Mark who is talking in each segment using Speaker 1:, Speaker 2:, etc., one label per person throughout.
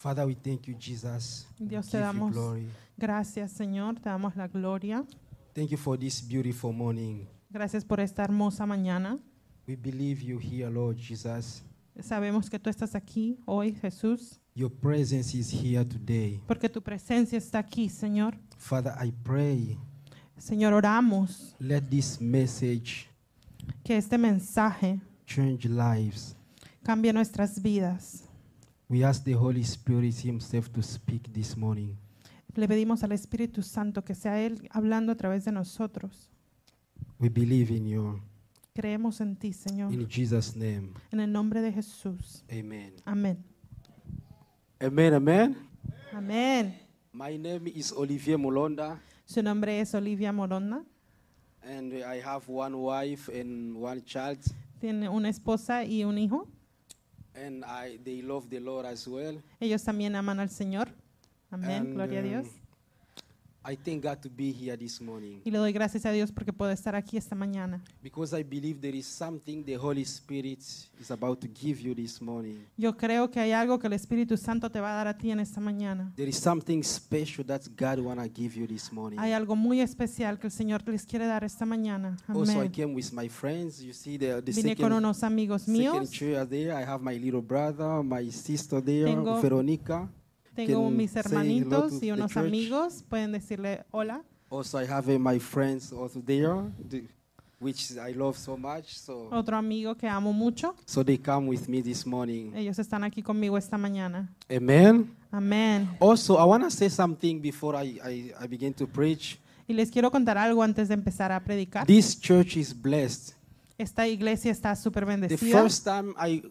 Speaker 1: Father, we thank you, Jesus.
Speaker 2: Dios, te
Speaker 1: Give you
Speaker 2: damos
Speaker 1: glory.
Speaker 2: Gracias, Señor, te damos la gloria.
Speaker 1: Thank you for this beautiful morning.
Speaker 2: Gracias por esta hermosa mañana.
Speaker 1: We believe you here, Lord Jesus.
Speaker 2: Sabemos que tú estás aquí hoy, Jesús,
Speaker 1: Your presence is here today.
Speaker 2: porque tu presencia está aquí, Señor.
Speaker 1: Father, I pray,
Speaker 2: Señor, oramos
Speaker 1: let this message
Speaker 2: que este mensaje
Speaker 1: change lives.
Speaker 2: cambie nuestras vidas.
Speaker 1: We ask the Holy Spirit Himself to speak this morning.
Speaker 2: Le pedimos al Espíritu Santo que sea Él hablando a través de nosotros.
Speaker 1: We believe in you.
Speaker 2: Creemos en ti, Señor,
Speaker 1: In Jesus' name,
Speaker 2: en el nombre de Jesús.
Speaker 1: amen.
Speaker 2: Amén.
Speaker 1: Amen, amen.
Speaker 2: Amén.
Speaker 1: My name is Olivier Molonda,
Speaker 2: Su nombre es Olivia Moronda.
Speaker 1: and I have one wife and one child,
Speaker 2: Tiene una esposa y un hijo.
Speaker 1: and I, they love the Lord as well.
Speaker 2: Ellos también aman al Señor. Amén,
Speaker 1: And,
Speaker 2: gloria a Dios.
Speaker 1: um, I thank God to be here this morning
Speaker 2: Y le doy gracias a Dios porque puedo estar aquí esta mañana.
Speaker 1: because I believe there is something the Holy Spirit is about to give you this morning.
Speaker 2: Yo creo que hay algo que el Espíritu Santo te va a dar a ti en esta mañana.
Speaker 1: There is something special that God wanna give you this morning.
Speaker 2: Hay algo muy especial que el Señor les quiere dar esta mañana.
Speaker 1: Also, I
Speaker 2: Amén.
Speaker 1: came with my friends. You see the, the
Speaker 2: Vine con
Speaker 1: second,
Speaker 2: unos amigos
Speaker 1: second
Speaker 2: míos.
Speaker 1: chair there. I have my little brother, my sister there,
Speaker 2: Tengo-
Speaker 1: Veronica.
Speaker 2: Tengo
Speaker 1: can
Speaker 2: mis
Speaker 1: say hello to
Speaker 2: hermanitos y
Speaker 1: the
Speaker 2: unos
Speaker 1: church.
Speaker 2: amigos. Pueden decirle hola.
Speaker 1: Also, I have uh, my friends also there, the- which I love so much. So,
Speaker 2: Otro amigo que amo mucho.
Speaker 1: so they come with me this morning.
Speaker 2: Ellos están aquí conmigo esta mañana.
Speaker 1: Amen.
Speaker 2: Amén.
Speaker 1: Also, I want to say something before I, I, I begin to preach.
Speaker 2: Y les quiero contar algo antes de empezar a predicar.
Speaker 1: This church is blessed.
Speaker 2: Esta iglesia está súper
Speaker 1: The
Speaker 2: bendecida.
Speaker 1: first time I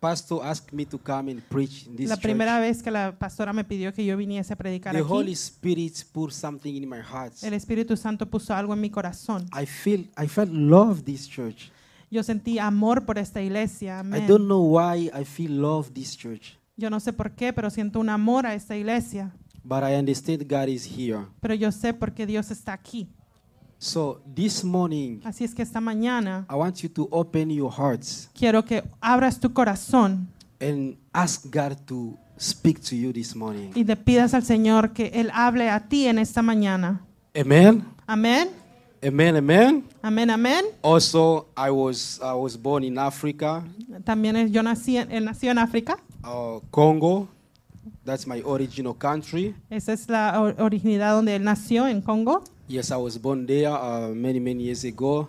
Speaker 1: pastor asked me to come and preach in this
Speaker 2: La primera
Speaker 1: church,
Speaker 2: vez que la pastora me pidió que yo viniese a predicar
Speaker 1: the Holy
Speaker 2: aquí,
Speaker 1: Spirit put something in my heart.
Speaker 2: el Espíritu Santo puso algo en mi corazón.
Speaker 1: I feel I felt love this church.
Speaker 2: Yo sentí amor por esta iglesia.
Speaker 1: I
Speaker 2: Amén.
Speaker 1: don't know why I feel love this church,
Speaker 2: Yo no sé por qué, pero siento un amor a esta iglesia.
Speaker 1: but I understand God is here.
Speaker 2: Pero yo sé por qué Dios está aquí.
Speaker 1: So this morning,
Speaker 2: Así es que esta mañana
Speaker 1: I want you to open your hearts
Speaker 2: quiero que abras tu corazón
Speaker 1: and ask God to speak to you this morning.
Speaker 2: y le pidas al Señor que Él hable a ti en esta mañana.
Speaker 1: Amen.
Speaker 2: Amén.
Speaker 1: Amen. Amen.
Speaker 2: Amén, amén.
Speaker 1: Also, I was I was born in Africa,
Speaker 2: También es- yo nací, en- él nació en África.
Speaker 1: uh, Congo. That's my original country.
Speaker 2: Esa es la or- originidad donde él nació, en Congo.
Speaker 1: Yes, I was born there uh, many many years ago.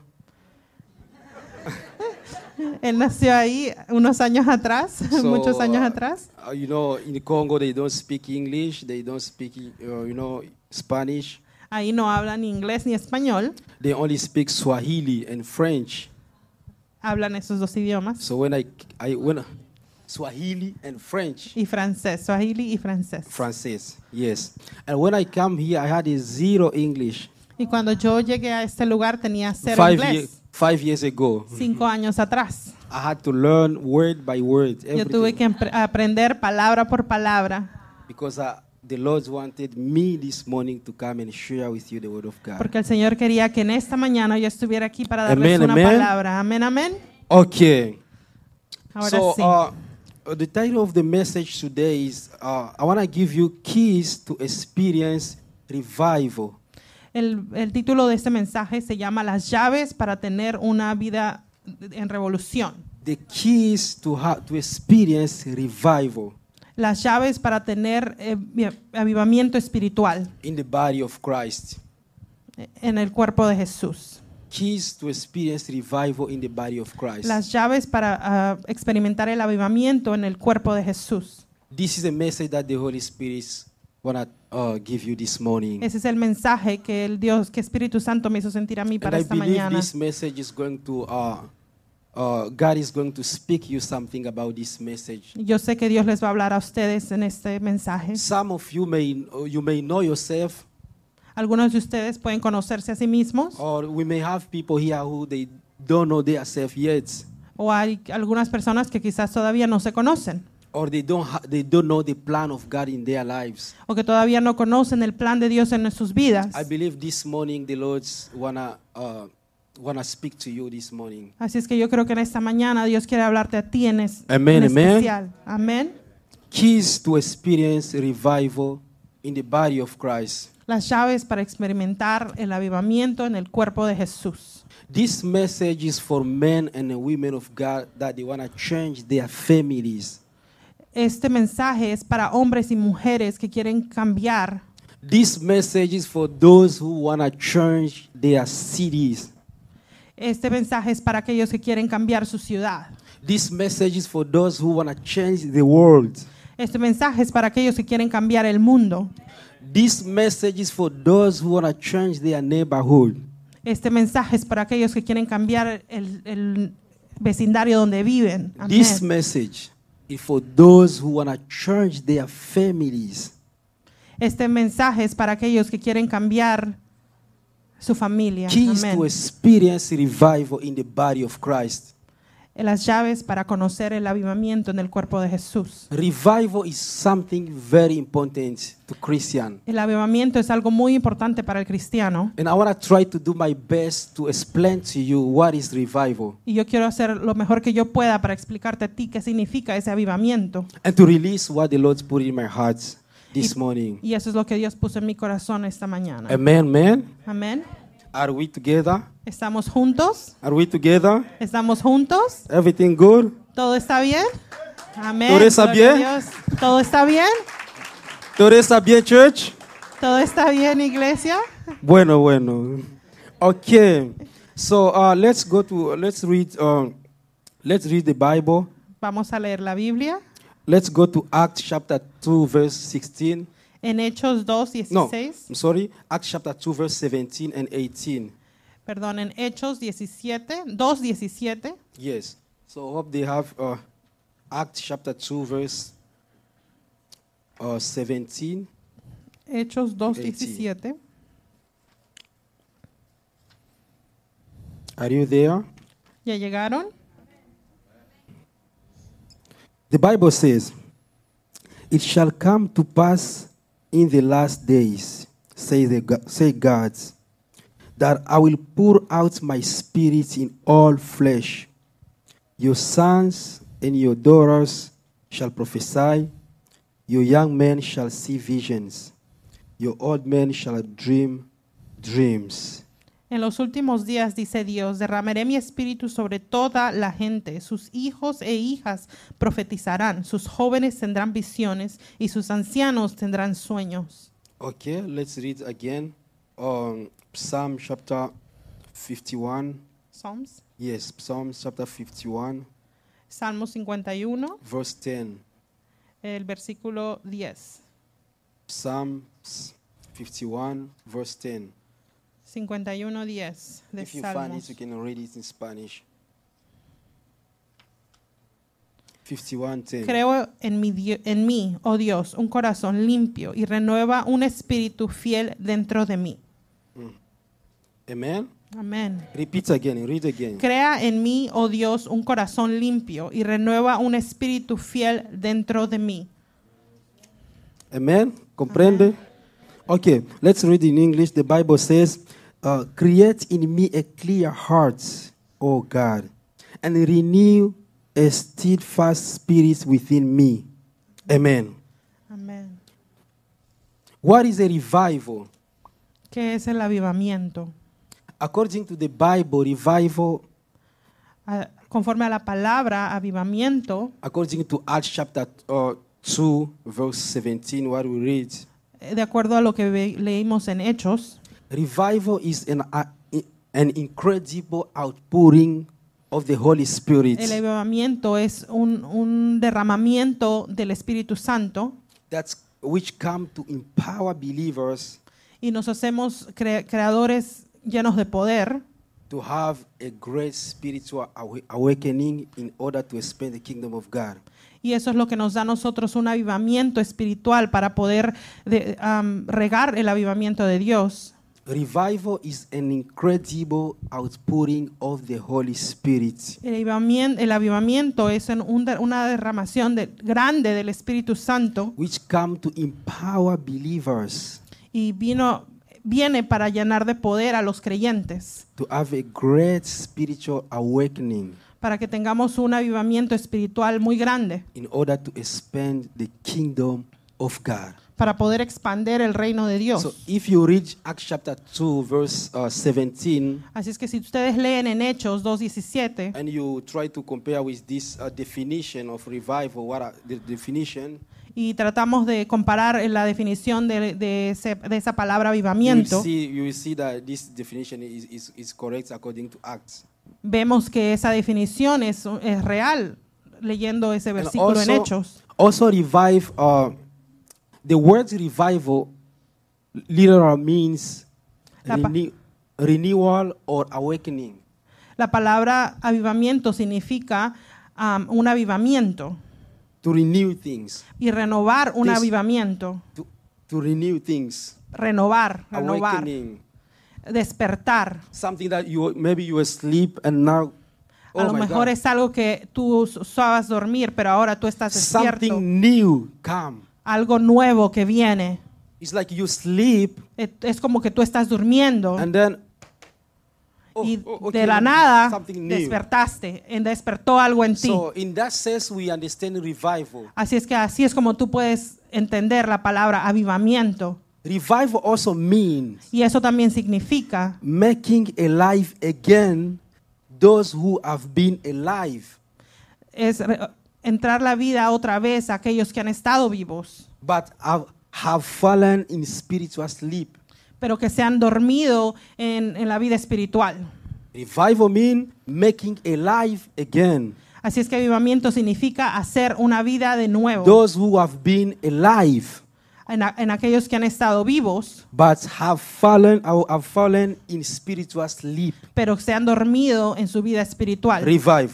Speaker 2: Él nació ahí unos años atrás,
Speaker 1: So,
Speaker 2: muchos años
Speaker 1: uh,
Speaker 2: atrás.
Speaker 1: uh, you know, in Congo they don't speak English. They don't speak uh, you know Spanish.
Speaker 2: Ahí no hablan inglés ni español,
Speaker 1: They only speak Swahili and French.
Speaker 2: hablan esos dos idiomas,
Speaker 1: So when I I when Swahili and French,
Speaker 2: y francés, swahili y francés.
Speaker 1: Francis, yes. And when I come here, I had a zero English.
Speaker 2: y cuando yo llegué a este lugar tenía cero
Speaker 1: Five, ye-
Speaker 2: inglés,
Speaker 1: five years ago,
Speaker 2: cinco años atrás.
Speaker 1: I had to learn word by word
Speaker 2: Yo tuve
Speaker 1: everything
Speaker 2: que empre- aprender palabra por palabra,
Speaker 1: because uh, the Lord wanted me this morning to come and share with you the word of God.
Speaker 2: porque el Señor quería que en esta mañana yo estuviera aquí para darles
Speaker 1: Amén,
Speaker 2: una
Speaker 1: amén.
Speaker 2: palabra. Amén, amén.
Speaker 1: Okay.
Speaker 2: Ahora
Speaker 1: so
Speaker 2: sí.
Speaker 1: uh, the title of the message today is uh, I want to give you keys to experience revival.
Speaker 2: El, el título de este mensaje se llama Las llaves para tener una vida en revolución.
Speaker 1: The keys to ha- to experience revival
Speaker 2: Las llaves para tener eh, vi- avivamiento espiritual
Speaker 1: in the body of Christ.
Speaker 2: eh, en el cuerpo de Jesús.
Speaker 1: Keys to experience revival in the body of Christ.
Speaker 2: Las llaves para ah, experimentar el avivamiento en el cuerpo de Jesús.
Speaker 1: This is a message that the Holy Spirit wanna uh, give you this morning.
Speaker 2: Ese es el mensaje que el Dios, que Espíritu Santo me hizo sentir a mí
Speaker 1: And
Speaker 2: para
Speaker 1: I
Speaker 2: esta
Speaker 1: believe
Speaker 2: mañana.
Speaker 1: this message is going to, uh, uh, God is going to speak you something about this message.
Speaker 2: Yo sé que Dios les va a hablar a ustedes en este mensaje.
Speaker 1: Some of you may, uh, you may know yourself,
Speaker 2: Algunos de ustedes pueden conocerse a sí mismos
Speaker 1: or we may have people here who they don't know themselves yet,
Speaker 2: o hay algunas personas que quizás todavía no se conocen.
Speaker 1: or they don't, ha- they don't know the plan of God in their lives.
Speaker 2: o que todavía no conocen el plan de Dios en sus vidas.
Speaker 1: I believe this morning the Lord's wanna, uh, wanna speak to you this morning.
Speaker 2: Así es que yo creo que en esta mañana Dios quiere hablarte a ti en, es-
Speaker 1: Amén,
Speaker 2: en
Speaker 1: amén.
Speaker 2: especial. Amén.
Speaker 1: keys to experience revival in the body of Christ.
Speaker 2: Las llaves para experimentar el avivamiento en el cuerpo de Jesús.
Speaker 1: This message is for men and women of God that they want to change their families.
Speaker 2: Este mensaje es para hombres y mujeres que quieren cambiar.
Speaker 1: This message is for those who want to change their cities.
Speaker 2: Este mensaje es para aquellos que quieren cambiar su ciudad.
Speaker 1: This message is for those who want to change the world.
Speaker 2: Este mensaje es para aquellos que quieren cambiar el mundo.
Speaker 1: This message is for those who want to change their neighborhood.
Speaker 2: Este mensaje es para aquellos que quieren cambiar el, el vecindario donde viven. Amén.
Speaker 1: This message is for those who want to change their families.
Speaker 2: Este mensaje es para aquellos que quieren cambiar su familia.
Speaker 1: Keys
Speaker 2: Amén.
Speaker 1: to experience revival in the body of Christ.
Speaker 2: Las llaves para conocer el avivamiento en el cuerpo de Jesús.
Speaker 1: Revival is something very important to Christian.
Speaker 2: El avivamiento es algo muy importante para el cristiano
Speaker 1: And I want to try to do my best to explain to you what is revival
Speaker 2: y yo quiero hacer lo mejor que yo pueda para explicarte a ti qué significa ese avivamiento.
Speaker 1: and to release what the Lord put in my heart this morning.
Speaker 2: Y eso es lo que Dios puso en mi corazón esta mañana.
Speaker 1: Amen, man.
Speaker 2: Amén.
Speaker 1: Are we together?
Speaker 2: ¿Estamos juntos?
Speaker 1: Are we together?
Speaker 2: ¿Estamos juntos?
Speaker 1: Everything good?
Speaker 2: ¿Todo está bien? Amén.
Speaker 1: ¿Todo está
Speaker 2: Gloria a
Speaker 1: bien?
Speaker 2: Dios. ¿Todo está bien?
Speaker 1: ¿Todo está bien, church?
Speaker 2: ¿Todo está bien, iglesia?
Speaker 1: Bueno, bueno. Okay. So uh, let's go to let's read um, let's read the Bible.
Speaker 2: Vamos a leer la Biblia
Speaker 1: Let's go to Acts chapter two verse sixteen.
Speaker 2: en Hechos 2,
Speaker 1: No,
Speaker 2: 16.
Speaker 1: I'm sorry. Acts chapter two verse seventeen and eighteen.
Speaker 2: Perdón, en Hechos 17, 2, 17.
Speaker 1: Yes. So I hope they have uh, Acts chapter two verse uh, seventeen.
Speaker 2: Hechos 2,
Speaker 1: 18.
Speaker 2: 17.
Speaker 1: Are you there?
Speaker 2: ¿Ya llegaron?
Speaker 1: The Bible says, It shall come to pass in the last days, say, the, Go- say God, that I will pour out my spirit in all flesh. Your sons and your daughters shall prophesy, your young men shall see visions, your old men shall dream dreams.
Speaker 2: En los últimos días, dice Dios, derramaré mi espíritu sobre toda la gente. Sus hijos e hijas profetizarán, sus jóvenes tendrán visiones y sus ancianos tendrán sueños.
Speaker 1: Okay, let's read again um, Psalm chapter 51.
Speaker 2: Psalms,
Speaker 1: Yes, Psalms chapter 51,
Speaker 2: Salmo 51,
Speaker 1: verse 10.
Speaker 2: el versículo 10.
Speaker 1: Psalms 51, verse 10.
Speaker 2: 51, 10 de
Speaker 1: if you find
Speaker 2: Salmos.
Speaker 1: it, you can read it in Spanish. 51, 10.
Speaker 2: Creo en, mi Dio- en mí, oh Dios, un corazón limpio y renueva un espíritu fiel dentro de mí.
Speaker 1: Amen.
Speaker 2: Amén.
Speaker 1: Repeat again, read again.
Speaker 2: Crea en mí, oh Dios, un corazón limpio y renueva un espíritu fiel dentro de mí.
Speaker 1: Amen. Comprende? Okay, let's read in English. The Bible says, uh, Create in me a clear heart, O God, and renew a steadfast spirit within me. Amen.
Speaker 2: Amén.
Speaker 1: What is a revival?
Speaker 2: ¿Qué es el avivamiento?
Speaker 1: According to the Bible, revival,
Speaker 2: Ah, conforme a la palabra avivamiento,
Speaker 1: according to Acts chapter uh, 2, verse 17, what we read,
Speaker 2: eh, de acuerdo a lo que ve- leímos en Hechos,
Speaker 1: revival is an, uh, i- an incredible outpouring of the Holy Spirit
Speaker 2: el avivamiento es un, un derramamiento del Espíritu Santo
Speaker 1: that's, which comes to empower believers
Speaker 2: y nos hacemos cre- creadores llenos de poder
Speaker 1: to have a great spiritual awa- awakening in order to expand the kingdom of God.
Speaker 2: Y eso es lo que nos da a nosotros un avivamiento espiritual para poder de- am, regar el avivamiento de Dios.
Speaker 1: Revival is an incredible outpouring of the Holy Spirit.
Speaker 2: El avivamiento, el avivamiento es en un de- una derramación de- grande del Espíritu Santo
Speaker 1: which come to empower believers
Speaker 2: y vino, viene para llenar de poder a los creyentes,
Speaker 1: to have a great spiritual awakening
Speaker 2: para que tengamos un avivamiento espiritual muy grande,
Speaker 1: in order to expand the kingdom of God.
Speaker 2: para poder expandir el reino de Dios.
Speaker 1: So if you read Acts chapter 2, verse uh, 17,
Speaker 2: Así es que si ustedes leen en Hechos 2.17
Speaker 1: and you try to compare with this uh, definition of revival, what are the definition,
Speaker 2: y tratamos de comparar la definición de, de ese- de esa palabra
Speaker 1: you will,
Speaker 2: avivamiento,
Speaker 1: see, you will see that this definition is, is, is correct according to Acts.
Speaker 2: vemos que esa definición es, es real leyendo ese
Speaker 1: And
Speaker 2: versículo en Hechos.
Speaker 1: also revive, uh, the word revival literal means
Speaker 2: La pa-
Speaker 1: renew- renewal or awakening.
Speaker 2: La palabra avivamiento significa um, un avivamiento
Speaker 1: to renew things,
Speaker 2: y renovar un
Speaker 1: This-
Speaker 2: avivamiento.
Speaker 1: to, to renew things,
Speaker 2: Renovar, renovar,
Speaker 1: awakening,
Speaker 2: despertar.
Speaker 1: something that you maybe you were asleep and now,
Speaker 2: A
Speaker 1: oh
Speaker 2: lo
Speaker 1: my
Speaker 2: mejor
Speaker 1: God,
Speaker 2: es algo que tú usabas dormir, pero ahora tú estás despierto.
Speaker 1: something new come.
Speaker 2: Algo nuevo que viene.
Speaker 1: It's like you sleep
Speaker 2: Et- Es como que tú estás durmiendo
Speaker 1: and then, oh,
Speaker 2: y
Speaker 1: oh, okay,
Speaker 2: de la nada
Speaker 1: something new.
Speaker 2: despertaste. en- Despertó algo en ti.
Speaker 1: So in that sense, we understand revival.
Speaker 2: Así es que así es como tú puedes entender la palabra avivamiento.
Speaker 1: Revival also means
Speaker 2: Y eso también significa
Speaker 1: making alive again those who have been alive
Speaker 2: es re- entrar la vida otra vez a aquellos que han estado vivos,
Speaker 1: but have, have fallen in spiritual sleep.
Speaker 2: pero que se han dormido en, en la vida espiritual.
Speaker 1: Revival means making alive again
Speaker 2: Así es que avivamiento significa hacer una vida de nuevo
Speaker 1: those who have been alive
Speaker 2: en, a- en aquellos que han estado vivos,
Speaker 1: but have fallen or have fallen in spiritual sleep.
Speaker 2: pero se han dormido en su vida espiritual,
Speaker 1: Revival.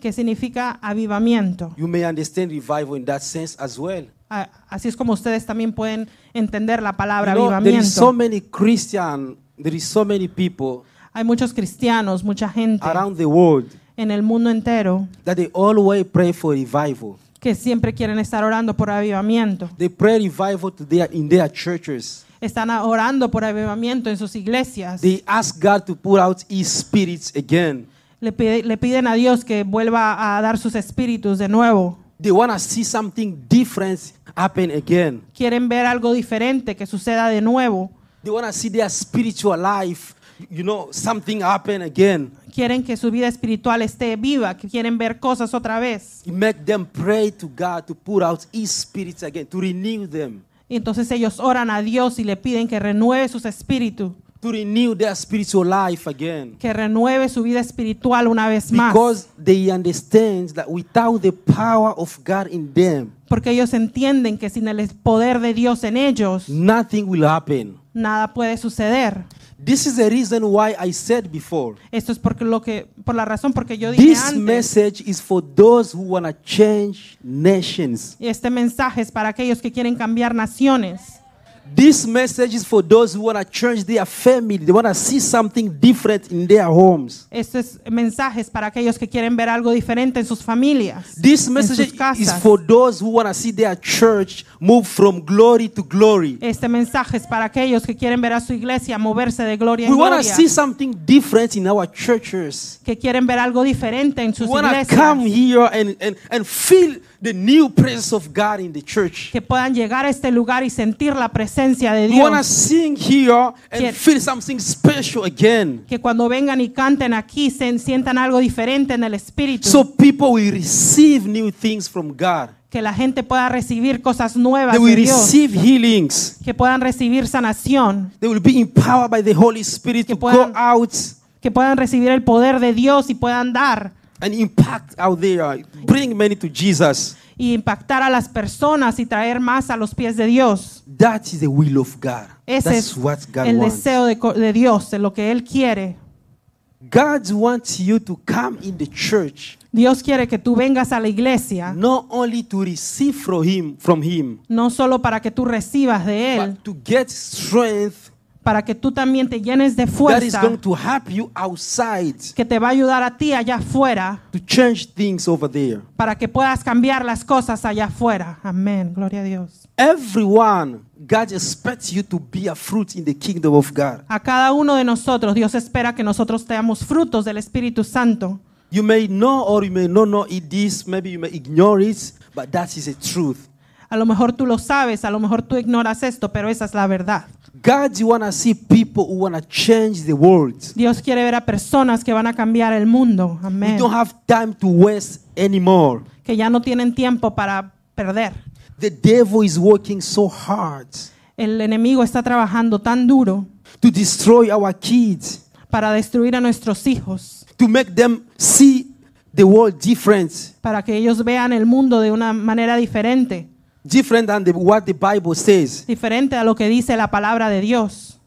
Speaker 2: que significa avivamiento.
Speaker 1: You may understand revival in that sense as well.
Speaker 2: A- Así es como ustedes también pueden entender la palabra
Speaker 1: You know, there is so
Speaker 2: avivamiento.
Speaker 1: many Christian, there is so many people
Speaker 2: Hay muchos cristianos, mucha gente
Speaker 1: around the world
Speaker 2: en el mundo entero
Speaker 1: that they always pray for revival.
Speaker 2: que siempre quieren estar orando por avivamiento.
Speaker 1: They pray revival to their, in their churches.
Speaker 2: Están a- orando por avivamiento en sus iglesias.
Speaker 1: They ask God to pour out His spirits again.
Speaker 2: Le, pide- le piden a Dios que vuelva a dar sus espíritus de nuevo.
Speaker 1: They want to see something different happen again.
Speaker 2: Quieren ver algo diferente que suceda de nuevo.
Speaker 1: They want to see their spiritual life, you know, something happen again.
Speaker 2: Quieren que su vida espiritual esté viva, que quieren ver cosas otra vez.
Speaker 1: It make them pray to God to pour out His spirit again, to renew them,
Speaker 2: Y entonces ellos oran a Dios y le piden que renueve sus espíritus,
Speaker 1: to renew their spiritual life again.
Speaker 2: que renueve su vida espiritual una vez más.
Speaker 1: Because they understand that without the power of God in them,
Speaker 2: Porque ellos entienden que sin el poder de Dios en ellos,
Speaker 1: nothing will happen.
Speaker 2: nada puede suceder.
Speaker 1: This is the reason why I said before.
Speaker 2: Esto es porque lo que, por la razón porque yo dije
Speaker 1: This
Speaker 2: antes.
Speaker 1: message is for those who want to change nations.
Speaker 2: Este mensaje es para aquellos que quieren cambiar naciones.
Speaker 1: This message is for those who want to change their family. They want to see something different in their homes.
Speaker 2: Este es mensaje es para aquellos que quieren ver algo diferente en sus familias.
Speaker 1: This
Speaker 2: en
Speaker 1: message
Speaker 2: sus casas.
Speaker 1: is for those who want to see their church move from glory to glory.
Speaker 2: Este mensaje es para aquellos que quieren ver a su iglesia moverse de gloria
Speaker 1: We
Speaker 2: en
Speaker 1: want to
Speaker 2: gloria.
Speaker 1: see something different in our churches.
Speaker 2: Que quieren ver algo diferente en
Speaker 1: We
Speaker 2: sus
Speaker 1: want to
Speaker 2: iglesias.
Speaker 1: come here and, and, and feel the new presence of God in the church.
Speaker 2: Que puedan llegar a este lugar y sentir la presencia de
Speaker 1: We want to
Speaker 2: Dios.
Speaker 1: sing here
Speaker 2: Quier-
Speaker 1: and feel something special again.
Speaker 2: Que cuando vengan y canten aquí se sientan algo diferente en el espíritu.
Speaker 1: So people will receive new things from God.
Speaker 2: que la gente pueda recibir cosas nuevas
Speaker 1: They
Speaker 2: de
Speaker 1: will
Speaker 2: Dios.
Speaker 1: receive healings.
Speaker 2: que puedan recibir sanación,
Speaker 1: They will be empowered by the Holy Spirit
Speaker 2: Que
Speaker 1: to
Speaker 2: puedan-
Speaker 1: go out
Speaker 2: que puedan recibir el poder de Dios y puedan dar
Speaker 1: and impact out there, bring many to Jesus.
Speaker 2: y impactar a las personas y traer más a los pies de Dios.
Speaker 1: That is the will of God.
Speaker 2: Ese
Speaker 1: That's
Speaker 2: es
Speaker 1: what God
Speaker 2: el
Speaker 1: wants.
Speaker 2: deseo de, co- de Dios, de lo que Él quiere.
Speaker 1: God wants you to come in the church
Speaker 2: Dios quiere que tú vengas a la iglesia,
Speaker 1: not only to receive from Him, from Him,
Speaker 2: no solo para que tú recibas de Él,
Speaker 1: but to get strength
Speaker 2: para que tú también te llenes de
Speaker 1: that is
Speaker 2: fuerza
Speaker 1: going to help you outside
Speaker 2: que te va a ayudar a ti allá afuera,
Speaker 1: to change things over there.
Speaker 2: para que puedas cambiar las cosas allá afuera. Amén, gloria a Dios.
Speaker 1: Everyone, God expects you to be a fruit in the kingdom of God.
Speaker 2: A cada uno de nosotros, Dios espera que nosotros seamos frutos del Espíritu Santo.
Speaker 1: You may know or you may not know it is, maybe you may ignore it, but that is a truth.
Speaker 2: A lo mejor tú lo sabes, a lo mejor tú ignoras esto, pero esa es la verdad.
Speaker 1: God, you want to see people who want to change the world.
Speaker 2: Dios quiere ver a personas que van a cambiar el mundo.
Speaker 1: We
Speaker 2: Amén.
Speaker 1: don't have time to waste anymore.
Speaker 2: Que ya no tienen tiempo para perder.
Speaker 1: The devil is working so hard
Speaker 2: El enemigo está trabajando tan duro
Speaker 1: to destroy our kids,
Speaker 2: para destruir a nuestros hijos,
Speaker 1: to make them see the world different,
Speaker 2: para que ellos vean el mundo de una manera diferente,
Speaker 1: different than the, what the Bible says.
Speaker 2: diferente a lo que dice la palabra de Dios.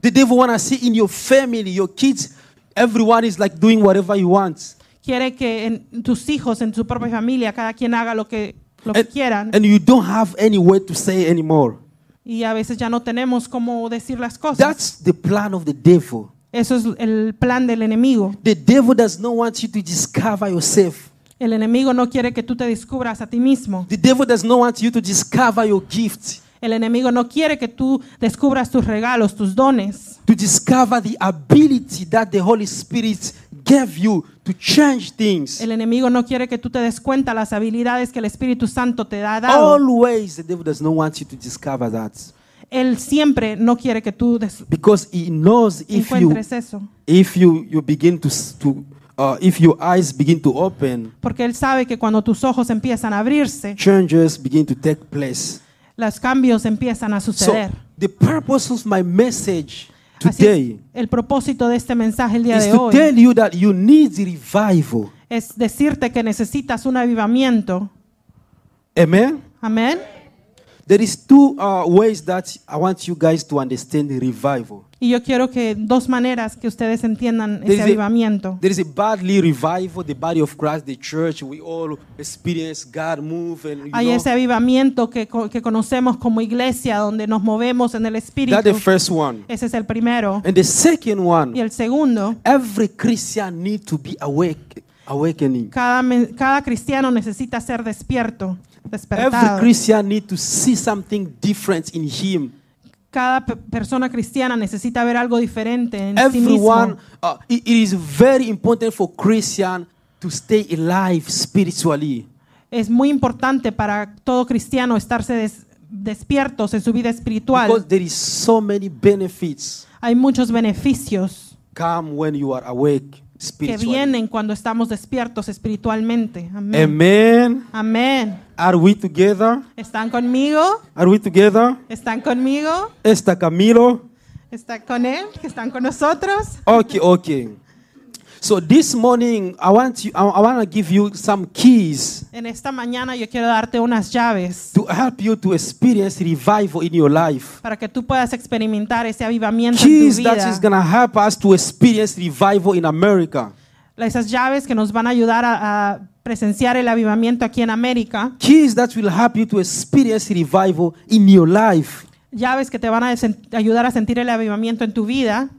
Speaker 1: The devil want to see in your family, your kids, everyone is like doing whatever he wants.
Speaker 2: Quiere que en tus hijos, en su propia familia, cada quien haga lo que, lo que
Speaker 1: And,
Speaker 2: quieran.
Speaker 1: and you don't have any word to say anymore.
Speaker 2: y a veces ya no tenemos cómo decir las cosas.
Speaker 1: That's the plan of the devil.
Speaker 2: Eso es el plan del enemigo.
Speaker 1: The devil does not want you to discover yourself.
Speaker 2: El enemigo no quiere que tú te descubras a ti mismo.
Speaker 1: The devil does not want you to discover your gift,
Speaker 2: El enemigo no quiere que tú descubras tus regalos, tus dones,
Speaker 1: to discover the ability that the Holy Spirit gave you to change things.
Speaker 2: El enemigo no quiere que tú te des cuenta las habilidades que el Espíritu Santo te ha
Speaker 1: Oh,
Speaker 2: dado.
Speaker 1: Always, the devil does not want you to discover that
Speaker 2: Él siempre no quiere que tú des-
Speaker 1: because he knows if you
Speaker 2: encuentres eso.
Speaker 1: if you you begin to s- to uh, if your eyes begin to open,
Speaker 2: Porque Él sabe que cuando tus ojos empiezan a abrirse,
Speaker 1: changes begin to take place.
Speaker 2: los cambios empiezan a
Speaker 1: So
Speaker 2: suceder.
Speaker 1: the purpose of my message
Speaker 2: Así es,
Speaker 1: today
Speaker 2: el propósito de este mensaje el día
Speaker 1: is
Speaker 2: de
Speaker 1: to tell
Speaker 2: hoy
Speaker 1: you that you need revival.
Speaker 2: es decirte que necesitas un avivamiento.
Speaker 1: Amen.
Speaker 2: Amén.
Speaker 1: There is two uh, ways that I want you guys to understand revival.
Speaker 2: Y yo quiero que dos maneras que ustedes entiendan
Speaker 1: There is
Speaker 2: ese
Speaker 1: a-
Speaker 2: avivamiento.
Speaker 1: There is a badly revival, the body of Christ, the church. We all experience God move and you
Speaker 2: Hay
Speaker 1: know,
Speaker 2: ese avivamiento que, co- que conocemos como iglesia, donde nos movemos en el
Speaker 1: that's the
Speaker 2: Espíritu.
Speaker 1: first one.
Speaker 2: Ese es el primero.
Speaker 1: And the second
Speaker 2: Y
Speaker 1: one,
Speaker 2: el segundo,
Speaker 1: every Christian need to be awake, awakening.
Speaker 2: cada, men- cada cristiano necesita ser despierto,
Speaker 1: Every
Speaker 2: despertado.
Speaker 1: Christian need to see something different in him.
Speaker 2: Cada pe- persona cristiana necesita ver algo diferente en sí mismo.
Speaker 1: Everyone, uh, it- it is very important for Christian to stay alive spiritually.
Speaker 2: Es muy importante para todo cristiano estarse des- despiertos en su vida
Speaker 1: Because
Speaker 2: espiritual.
Speaker 1: there is so many benefits
Speaker 2: Hay muchos beneficios
Speaker 1: come when you are awake
Speaker 2: que
Speaker 1: spiritually.
Speaker 2: vienen cuando estamos despiertos espiritualmente.
Speaker 1: Em-
Speaker 2: Amén.
Speaker 1: Amen.
Speaker 2: Amén.
Speaker 1: Are we together?
Speaker 2: ¿Están conmigo?
Speaker 1: Are we together?
Speaker 2: ¿Están conmigo?
Speaker 1: Está Camilo.
Speaker 2: ¿Están con él? ¿Que están con nosotros?
Speaker 1: Okay, okay. So this morning I want you I, I want to give you some keys
Speaker 2: En esta mañana yo quiero darte unas llaves
Speaker 1: to help you to experience revival in your life.
Speaker 2: para que tú puedas experimentar ese avivamiento en tu
Speaker 1: Keys that is
Speaker 2: vida.
Speaker 1: going to help us to experience revival in America.
Speaker 2: Esas llaves que nos van a ayudar a, a presenciar el avivamiento aquí en América.
Speaker 1: Keys that will help you to experience revival in your life.
Speaker 2: Llaves que te van a sen- ayudar a sentir el avivamiento en tu vida.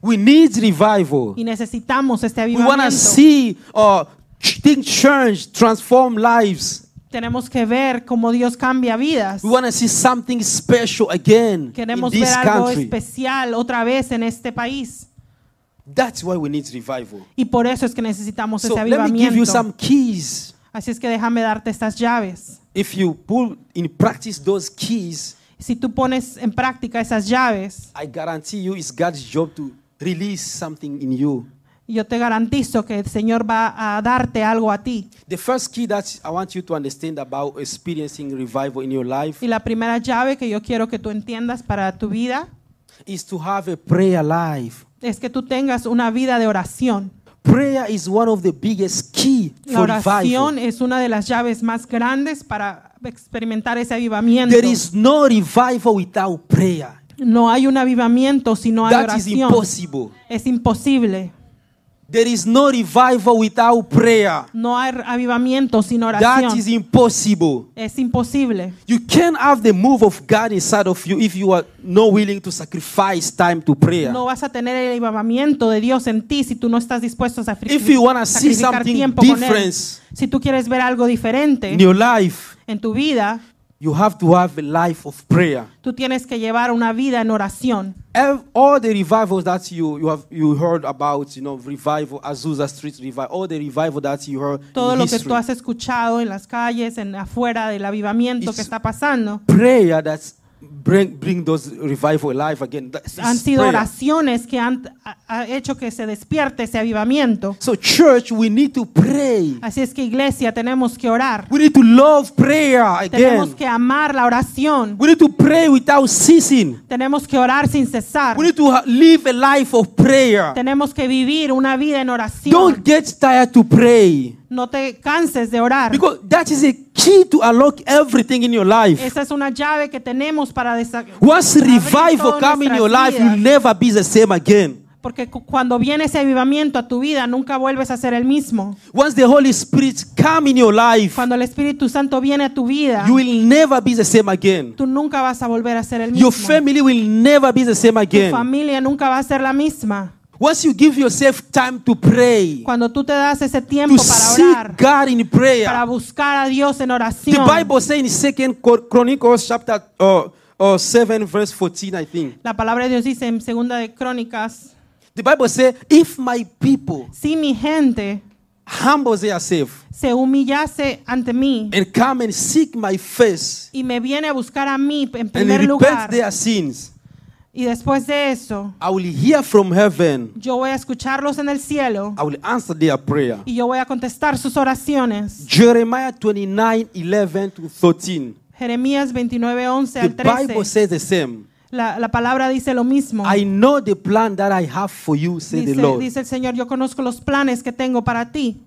Speaker 1: We need revival.
Speaker 2: Y necesitamos este
Speaker 1: We want to
Speaker 2: avivamiento.
Speaker 1: see uh, ch- things change, transform lives.
Speaker 2: Tenemos que ver cómo Dios cambia vidas.
Speaker 1: We want to see something special again in
Speaker 2: Queremos ver
Speaker 1: this
Speaker 2: algo
Speaker 1: country.
Speaker 2: especial otra vez en este país.
Speaker 1: That's why we need revival.
Speaker 2: Y por eso es que necesitamos
Speaker 1: So
Speaker 2: ese
Speaker 1: let me give you
Speaker 2: avivamiento.
Speaker 1: some keys.
Speaker 2: Así es que déjame darte estas llaves.
Speaker 1: If you put in practice those keys,
Speaker 2: Si tú pones en práctica esas llaves,
Speaker 1: I guarantee you it's God's job to release something in you.
Speaker 2: yo te garantizo que el Señor va a darte algo a ti.
Speaker 1: The first key that I want you to understand about experiencing revival in your life
Speaker 2: Y la primera llave que yo quiero que tú entiendas para tu vida
Speaker 1: is to have a prayer life.
Speaker 2: es que tú tengas una vida de oración.
Speaker 1: Prayer is one of the biggest key
Speaker 2: La
Speaker 1: for revival.
Speaker 2: oración es una de las llaves más grandes para experimentar ese avivamiento.
Speaker 1: There is no revival without prayer.
Speaker 2: No hay un avivamiento si no hay
Speaker 1: That is
Speaker 2: oración.
Speaker 1: impossible.
Speaker 2: Es imposible.
Speaker 1: There is no revival without prayer.
Speaker 2: No hay avivamiento sin
Speaker 1: That is
Speaker 2: oración.
Speaker 1: impossible.
Speaker 2: Es imposible.
Speaker 1: You can't have the move of God inside of you if you are not willing to sacrifice time to prayer.
Speaker 2: No vas a tener el avivamiento de Dios en ti si tú no estás dispuesto a sacrificar,
Speaker 1: If you wanna see
Speaker 2: sacrificar
Speaker 1: something
Speaker 2: tiempo con él.
Speaker 1: different
Speaker 2: Si tú quieres ver algo diferente
Speaker 1: In your life,
Speaker 2: en tu vida,
Speaker 1: you have to have a life of prayer.
Speaker 2: Tú tienes que llevar una vida en oración.
Speaker 1: Ev- All the revivals that you, you have you heard about, you know, revival, Azusa Street revival, all the revival that you heard
Speaker 2: Todo
Speaker 1: in
Speaker 2: lo que tú
Speaker 1: history,
Speaker 2: has escuchado en las calles, en afuera del avivamiento que
Speaker 1: It's-
Speaker 2: está pasando,
Speaker 1: prayer that bring bring those revival alive again. That is
Speaker 2: han sido
Speaker 1: prayer.
Speaker 2: oraciones que han ha- ha hecho que se despierte ese avivamiento.
Speaker 1: So church, we need to pray.
Speaker 2: Así es que iglesia, tenemos que orar.
Speaker 1: We need to love prayer
Speaker 2: Tenemos
Speaker 1: again.
Speaker 2: que amar la oración.
Speaker 1: We need to pray without ceasing.
Speaker 2: Tenemos que orar sin cesar.
Speaker 1: We need to ha- live a life of prayer.
Speaker 2: Tenemos que vivir una vida en
Speaker 1: Don't
Speaker 2: oración.
Speaker 1: get tired to pray.
Speaker 2: No te canses de orar.
Speaker 1: Because that is a key to unlock everything in your life.
Speaker 2: Esa es una llave que tenemos para desa-
Speaker 1: Once
Speaker 2: abrir
Speaker 1: revival
Speaker 2: todas
Speaker 1: comes in
Speaker 2: nuestras
Speaker 1: your life,
Speaker 2: vidas.
Speaker 1: you'll never be the same again.
Speaker 2: Porque cu- cuando viene ese avivamiento a tu vida, nunca vuelves a ser el mismo.
Speaker 1: Once the Holy Spirit comes in your life,
Speaker 2: Cuando el Espíritu Santo viene a tu vida,
Speaker 1: you will never be the same again.
Speaker 2: tú nunca vas a volver a ser el mismo.
Speaker 1: Your family will never be the same
Speaker 2: tu
Speaker 1: again.
Speaker 2: familia nunca va a ser la misma.
Speaker 1: Once you give yourself time to pray,
Speaker 2: Cuando tú te das ese
Speaker 1: to
Speaker 2: tiempo para orar,
Speaker 1: seek God in
Speaker 2: para
Speaker 1: prayer.
Speaker 2: buscar a Dios en
Speaker 1: The
Speaker 2: oración,
Speaker 1: Bible says in Second Chron- Chronicles chapter uh, uh, 7 verse 14, I think.
Speaker 2: la palabra de Dios dice en segunda de Crónicas,
Speaker 1: The Bible says, if my people
Speaker 2: si mi gente
Speaker 1: humble themselves
Speaker 2: se humillase ante mí
Speaker 1: and come and seek my face
Speaker 2: y me viene a buscar a mí en
Speaker 1: and
Speaker 2: primer
Speaker 1: repent
Speaker 2: lugar,
Speaker 1: their sins,
Speaker 2: y después de eso,
Speaker 1: I will hear from heaven.
Speaker 2: yo voy a escucharlos en el cielo
Speaker 1: I will answer their prayer.
Speaker 2: y yo voy a contestar sus oraciones.
Speaker 1: Jeremiah 29, 11 to 13.
Speaker 2: Jeremías 29, 11
Speaker 1: The
Speaker 2: al
Speaker 1: Bible
Speaker 2: 13.
Speaker 1: says the same.
Speaker 2: La, la palabra dice lo mismo.
Speaker 1: I know the plan that I have for you, said the
Speaker 2: Dice,
Speaker 1: Lord.
Speaker 2: dice el Señor, yo conozco los planes que tengo para ti.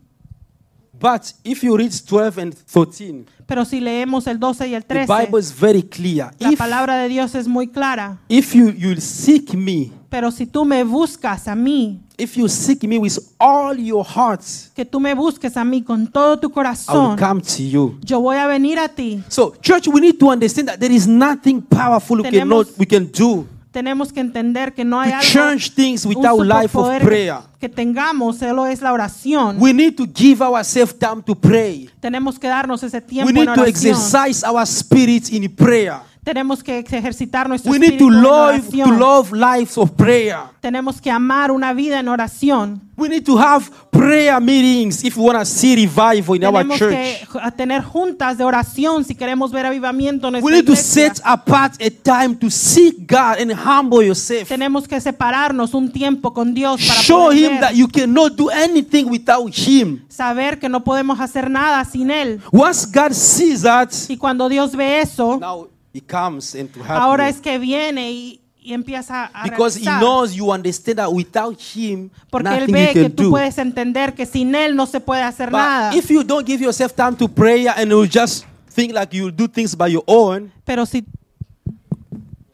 Speaker 1: But if you read 12 and 13,
Speaker 2: Pero si leemos el 12 y el
Speaker 1: the
Speaker 2: 13,
Speaker 1: Bible is very clear.
Speaker 2: la
Speaker 1: If,
Speaker 2: palabra de Dios es muy clara.
Speaker 1: if you, you seek me,
Speaker 2: Pero si tú me buscas a mí,
Speaker 1: if you seek me with all your heart,
Speaker 2: que tú me busques a mí con todo
Speaker 1: I
Speaker 2: tu
Speaker 1: will
Speaker 2: corazón,
Speaker 1: come to you.
Speaker 2: yo voy a venir a ti.
Speaker 1: So, church, we need to understand that there is nothing powerful we
Speaker 2: Tenemos-
Speaker 1: cannot we can do
Speaker 2: Tenemos que entender que no hay
Speaker 1: to
Speaker 2: algo
Speaker 1: change things
Speaker 2: un
Speaker 1: without life of
Speaker 2: superpoder que-
Speaker 1: prayer.
Speaker 2: que tengamos, solo es la oración.
Speaker 1: We need to give ourselves time to pray.
Speaker 2: Tenemos que darnos ese tiempo
Speaker 1: We
Speaker 2: en
Speaker 1: need to
Speaker 2: oración.
Speaker 1: exercise our spirit in prayer.
Speaker 2: Tenemos que ejercitar nuestro
Speaker 1: We need to
Speaker 2: espíritu en
Speaker 1: love to
Speaker 2: oración.
Speaker 1: love lives of prayer.
Speaker 2: Tenemos que amar una vida en oración.
Speaker 1: We need to have prayer meetings if we want to see revival in our
Speaker 2: Tenemos que
Speaker 1: church.
Speaker 2: ju- tener juntas de oración si queremos ver avivamiento en
Speaker 1: We
Speaker 2: nuestra
Speaker 1: need to
Speaker 2: iglesia.
Speaker 1: set apart a time to seek God and humble yourself.
Speaker 2: Tenemos que separarnos un tiempo con Dios para
Speaker 1: Show
Speaker 2: poder
Speaker 1: Him
Speaker 2: ver,
Speaker 1: that you cannot do anything without Him.
Speaker 2: saber que no podemos hacer nada sin Él.
Speaker 1: Once God sees that,
Speaker 2: Y cuando Dios ve eso,
Speaker 1: now He comes and to help
Speaker 2: ahora
Speaker 1: you.
Speaker 2: es que viene y, y empieza a
Speaker 1: because He
Speaker 2: realizar.
Speaker 1: knows you understand that without Him,
Speaker 2: Porque Él
Speaker 1: nothing
Speaker 2: ve
Speaker 1: you
Speaker 2: que
Speaker 1: can
Speaker 2: tú
Speaker 1: do.
Speaker 2: puedes entender que sin Él no se puede hacer nada.
Speaker 1: But if you don't give yourself time to prayer and you just think like you do things by your own,
Speaker 2: Pero si...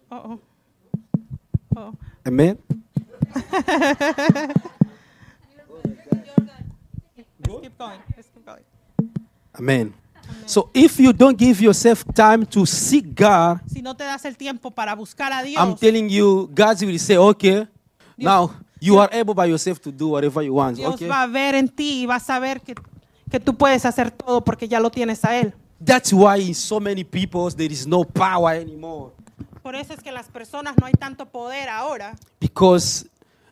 Speaker 2: Oh, oh. Oh.
Speaker 1: Amen.
Speaker 2: Keep going, let's keep going.
Speaker 1: Amen. So if you don't give yourself time to seek God,
Speaker 2: Si no te das el tiempo para buscar a
Speaker 1: I'm
Speaker 2: Dios,
Speaker 1: telling you, God will say, okay, now you are able by yourself to do whatever you want.
Speaker 2: Dios
Speaker 1: Okay.
Speaker 2: va a ver en ti y va a saber que, que tú puedes hacer todo porque ya lo tienes a Él.
Speaker 1: That's why in so many people there is no power anymore.
Speaker 2: Por eso es que en las personas no hay tanto poder ahora
Speaker 1: because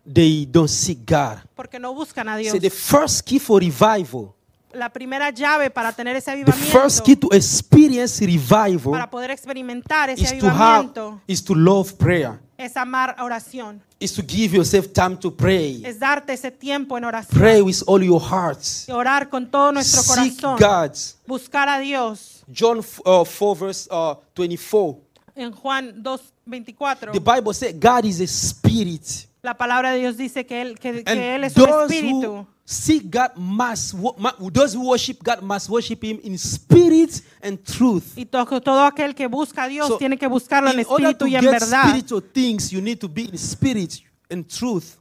Speaker 1: they don't seek God.
Speaker 2: porque no buscan a Dios.
Speaker 1: So the first key for revival,
Speaker 2: La primera llave para tener ese
Speaker 1: the first key
Speaker 2: avivamiento,
Speaker 1: to experience revival
Speaker 2: para poder experimentar ese
Speaker 1: is to have
Speaker 2: avivamiento,
Speaker 1: is to love prayer,
Speaker 2: es amar oración,
Speaker 1: is to give yourself time to pray.
Speaker 2: es darte ese tiempo en oración,
Speaker 1: Pray with all your heart.
Speaker 2: y orar con todo nuestro
Speaker 1: Seek
Speaker 2: corazón,
Speaker 1: God.
Speaker 2: buscar a Dios.
Speaker 1: John f- uh, 4 verse uh, 24.
Speaker 2: En Juan 2:24,
Speaker 1: The Bible says God is a spirit.
Speaker 2: la palabra de Dios dice que él que,
Speaker 1: And
Speaker 2: que él es un
Speaker 1: those who
Speaker 2: espíritu.
Speaker 1: seek God must, wo- mu- those who worship God must worship Him in spirit and truth.
Speaker 2: Y to- todo aquel que busca a Dios
Speaker 1: So,
Speaker 2: tiene que buscarlo en
Speaker 1: in order
Speaker 2: espíritu
Speaker 1: to
Speaker 2: y en
Speaker 1: get
Speaker 2: verdad.
Speaker 1: spiritual things, you need to be in spirit and truth.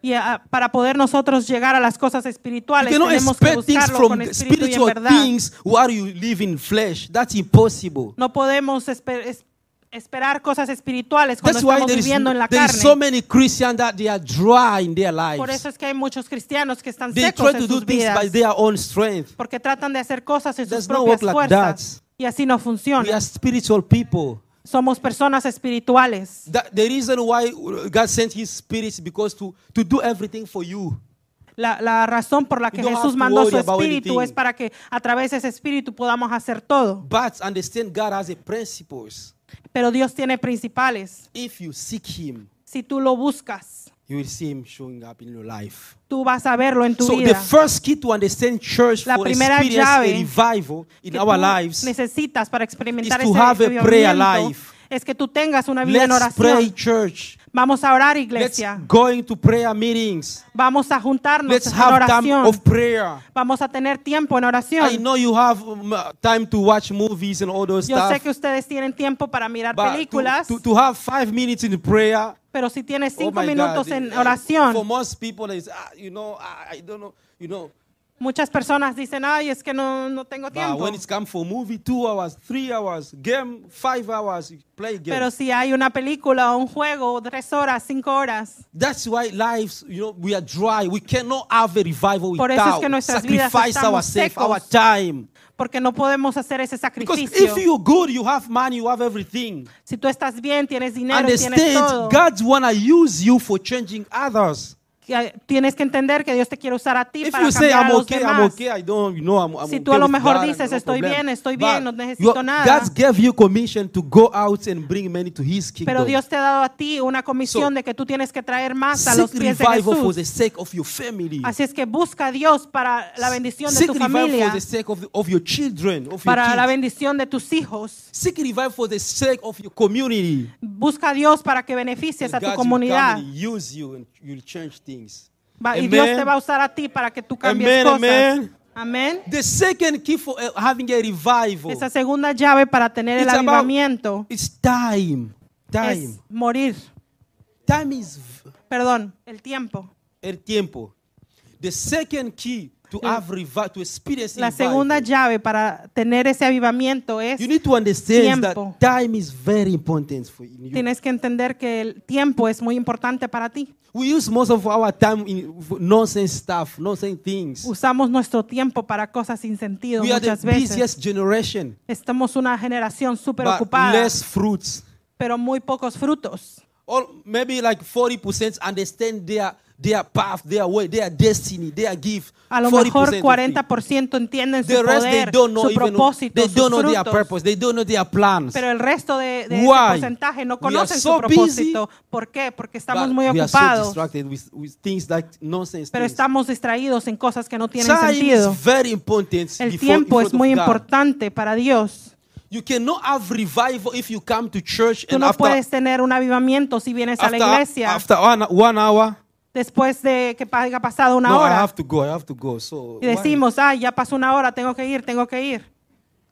Speaker 2: Y ah, para poder nosotros llegar a las cosas
Speaker 1: You
Speaker 2: espirituales
Speaker 1: cannot
Speaker 2: tenemos que
Speaker 1: expect things
Speaker 2: buscarlo
Speaker 1: from
Speaker 2: con espíritu y en
Speaker 1: spiritual
Speaker 2: verdad.
Speaker 1: things while you live in flesh. That's impossible.
Speaker 2: No podemos esper- es- esperar cosas espirituales cuando
Speaker 1: That's why
Speaker 2: estamos
Speaker 1: there is,
Speaker 2: viviendo en la
Speaker 1: there
Speaker 2: carne.
Speaker 1: is so many Christians that they are dry in their
Speaker 2: Por eso
Speaker 1: lives.
Speaker 2: es que hay muchos cristianos que están
Speaker 1: They
Speaker 2: secos
Speaker 1: try to
Speaker 2: en
Speaker 1: do
Speaker 2: sus
Speaker 1: things by
Speaker 2: vidas
Speaker 1: their own strength.
Speaker 2: porque tratan de hacer cosas en sus
Speaker 1: Does not work
Speaker 2: propias
Speaker 1: like
Speaker 2: fuerzas.
Speaker 1: that.
Speaker 2: Y así no
Speaker 1: We
Speaker 2: funciona.
Speaker 1: are spiritual people.
Speaker 2: Somos personas espirituales.
Speaker 1: That, the reason why God sent His Spirit because to, to do everything for you.
Speaker 2: La, la razón por la que
Speaker 1: You don't have
Speaker 2: Jesús
Speaker 1: to
Speaker 2: mandó su
Speaker 1: worry about
Speaker 2: espíritu
Speaker 1: anything.
Speaker 2: es para que a través de ese espíritu podamos hacer todo.
Speaker 1: But understand God has a principles.
Speaker 2: Pero Dios tiene principales.
Speaker 1: If you seek Him,
Speaker 2: Si tú lo buscas,
Speaker 1: you will see Him showing up in your life.
Speaker 2: tú vas a verlo en tu
Speaker 1: So the
Speaker 2: vida.
Speaker 1: first key to understand church
Speaker 2: La
Speaker 1: for
Speaker 2: primera
Speaker 1: experience
Speaker 2: llave
Speaker 1: a revival in
Speaker 2: que
Speaker 1: our
Speaker 2: tú
Speaker 1: lives.
Speaker 2: necesitas para experimentar
Speaker 1: is to
Speaker 2: ese
Speaker 1: have a prayer
Speaker 2: avivamiento
Speaker 1: life.
Speaker 2: es que tú tengas una vida en
Speaker 1: Let's pray,
Speaker 2: oración.
Speaker 1: church.
Speaker 2: Vamos a orar,
Speaker 1: Let's
Speaker 2: iglesia.
Speaker 1: go into prayer meetings.
Speaker 2: Vamos a juntarnos
Speaker 1: Let's
Speaker 2: en
Speaker 1: have time
Speaker 2: oración.
Speaker 1: of prayer.
Speaker 2: Vamos a tener tiempo en
Speaker 1: I
Speaker 2: oración.
Speaker 1: know you have um, time to watch movies and all those
Speaker 2: Yo sé
Speaker 1: stuff.
Speaker 2: que ustedes tienen tiempo para mirar
Speaker 1: But
Speaker 2: películas,
Speaker 1: to, to, to have five minutes in prayer.
Speaker 2: pero si tienes
Speaker 1: oh
Speaker 2: cinco
Speaker 1: my
Speaker 2: minutos
Speaker 1: God,
Speaker 2: en
Speaker 1: eh, For
Speaker 2: oración,
Speaker 1: most people, it's, ah, you know, ah, I don't know, you know.
Speaker 2: muchas personas dicen, ay, es que no, no tengo
Speaker 1: But
Speaker 2: tiempo.
Speaker 1: when it's come for movie, two hours, three hours, game, five hours, you play game.
Speaker 2: Pero si hay una película o un juego, tres horas, cinco horas,
Speaker 1: That's why lives, you know, we are dry. We cannot have a revival
Speaker 2: Por
Speaker 1: without
Speaker 2: eso es que nuestras vidas
Speaker 1: sacrifice
Speaker 2: estamos
Speaker 1: ourselves, our
Speaker 2: secos.
Speaker 1: time.
Speaker 2: porque no podemos hacer ese
Speaker 1: Because
Speaker 2: sacrificio.
Speaker 1: if you're good, you have money, you have everything.
Speaker 2: Si tú estás bien, tienes dinero, tienes todo.
Speaker 1: Understand, God wanna use you for changing others.
Speaker 2: que- Tienes que entender que Dios te quiere usar a ti
Speaker 1: If
Speaker 2: para
Speaker 1: you say
Speaker 2: cambiar a
Speaker 1: I'm
Speaker 2: los
Speaker 1: okay, I'm
Speaker 2: demás.
Speaker 1: okay, I don't, you know, I'm, I'm
Speaker 2: Si tú
Speaker 1: okay
Speaker 2: a lo
Speaker 1: with
Speaker 2: mejor
Speaker 1: God, I
Speaker 2: dices,
Speaker 1: no
Speaker 2: "Estoy
Speaker 1: problem."
Speaker 2: bien, estoy
Speaker 1: But
Speaker 2: bien, no necesito
Speaker 1: your-
Speaker 2: nada.
Speaker 1: God gave you commission to go out and bring many to His kingdom.
Speaker 2: Pero Dios te ha dado a ti una comisión
Speaker 1: So,
Speaker 2: de que tú tienes que traer más a los
Speaker 1: Seek
Speaker 2: pies de
Speaker 1: revival for the
Speaker 2: Jesús.
Speaker 1: sake of your family.
Speaker 2: Así es que busca a Dios para la bendición de
Speaker 1: Seek
Speaker 2: tu
Speaker 1: revival for
Speaker 2: familia,
Speaker 1: the sake of, the- of your children, of your
Speaker 2: para la
Speaker 1: kids.
Speaker 2: bendición de tus hijos.
Speaker 1: Seek revival for the sake of your community.
Speaker 2: Busca a Dios para que beneficies a
Speaker 1: And
Speaker 2: tu
Speaker 1: God will
Speaker 2: comunidad.
Speaker 1: come and use you and you'll change things.
Speaker 2: Va- y
Speaker 1: Amen.
Speaker 2: Dios te va a usar a ti para que tú cambies
Speaker 1: Amen,
Speaker 2: cosas.
Speaker 1: amen.
Speaker 2: Amén.
Speaker 1: The second key for uh, having a revival
Speaker 2: Esa segunda llave para tener el
Speaker 1: Oh. It's about-
Speaker 2: avivamiento
Speaker 1: is time. Time.
Speaker 2: es morir.
Speaker 1: Time is v-
Speaker 2: Perdón, el tiempo.
Speaker 1: el tiempo. The second key to have revival, to experience
Speaker 2: La
Speaker 1: revival,
Speaker 2: segunda llave para tener ese avivamiento es,
Speaker 1: you need to understand
Speaker 2: tiempo.
Speaker 1: that time is very important for you.
Speaker 2: tienes que entender que el tiempo es muy importante para ti.
Speaker 1: We use most of our time in for nonsense stuff, nonsense things.
Speaker 2: Usamos nuestro tiempo para cosas sin sentido
Speaker 1: We are the
Speaker 2: muchas veces.
Speaker 1: busiest generation,
Speaker 2: Estamos una generación súper
Speaker 1: but
Speaker 2: ocupada,
Speaker 1: less fruits.
Speaker 2: pero muy pocos frutos.
Speaker 1: Or maybe like 40% understand their their path, their way, their destiny, their gift.
Speaker 2: A lo
Speaker 1: 40%
Speaker 2: mejor
Speaker 1: of people.
Speaker 2: 40% entienden su
Speaker 1: The rest they
Speaker 2: poder,
Speaker 1: don't know
Speaker 2: su
Speaker 1: even
Speaker 2: propósito,
Speaker 1: they
Speaker 2: sus
Speaker 1: don't know their purpose,
Speaker 2: frutos.
Speaker 1: they don't know their plans.
Speaker 2: Pero el resto de, de ese
Speaker 1: Why?
Speaker 2: porcentaje no
Speaker 1: We are
Speaker 2: conocen su
Speaker 1: so
Speaker 2: propósito. ¿Por qué? Porque estamos
Speaker 1: But
Speaker 2: muy
Speaker 1: we are so
Speaker 2: ocupados,
Speaker 1: distracted with, with things like nonsense.
Speaker 2: pero
Speaker 1: things.
Speaker 2: estamos distraídos en cosas que no tienen
Speaker 1: Time
Speaker 2: sentido.
Speaker 1: is very important.
Speaker 2: El
Speaker 1: before- in
Speaker 2: tiempo
Speaker 1: front
Speaker 2: es muy
Speaker 1: of God.
Speaker 2: importante para Dios.
Speaker 1: You cannot have revival if you come to church
Speaker 2: Tú
Speaker 1: and
Speaker 2: no
Speaker 1: after,
Speaker 2: puedes tener un avivamiento si vienes a la
Speaker 1: after,
Speaker 2: iglesia
Speaker 1: after one, one hour.
Speaker 2: después de que pa- haya pasado una
Speaker 1: no, I
Speaker 2: hora
Speaker 1: have to go. I have to go. So
Speaker 2: y
Speaker 1: why?
Speaker 2: decimos, ay, ya pasó una hora, tengo que ir, tengo que ir.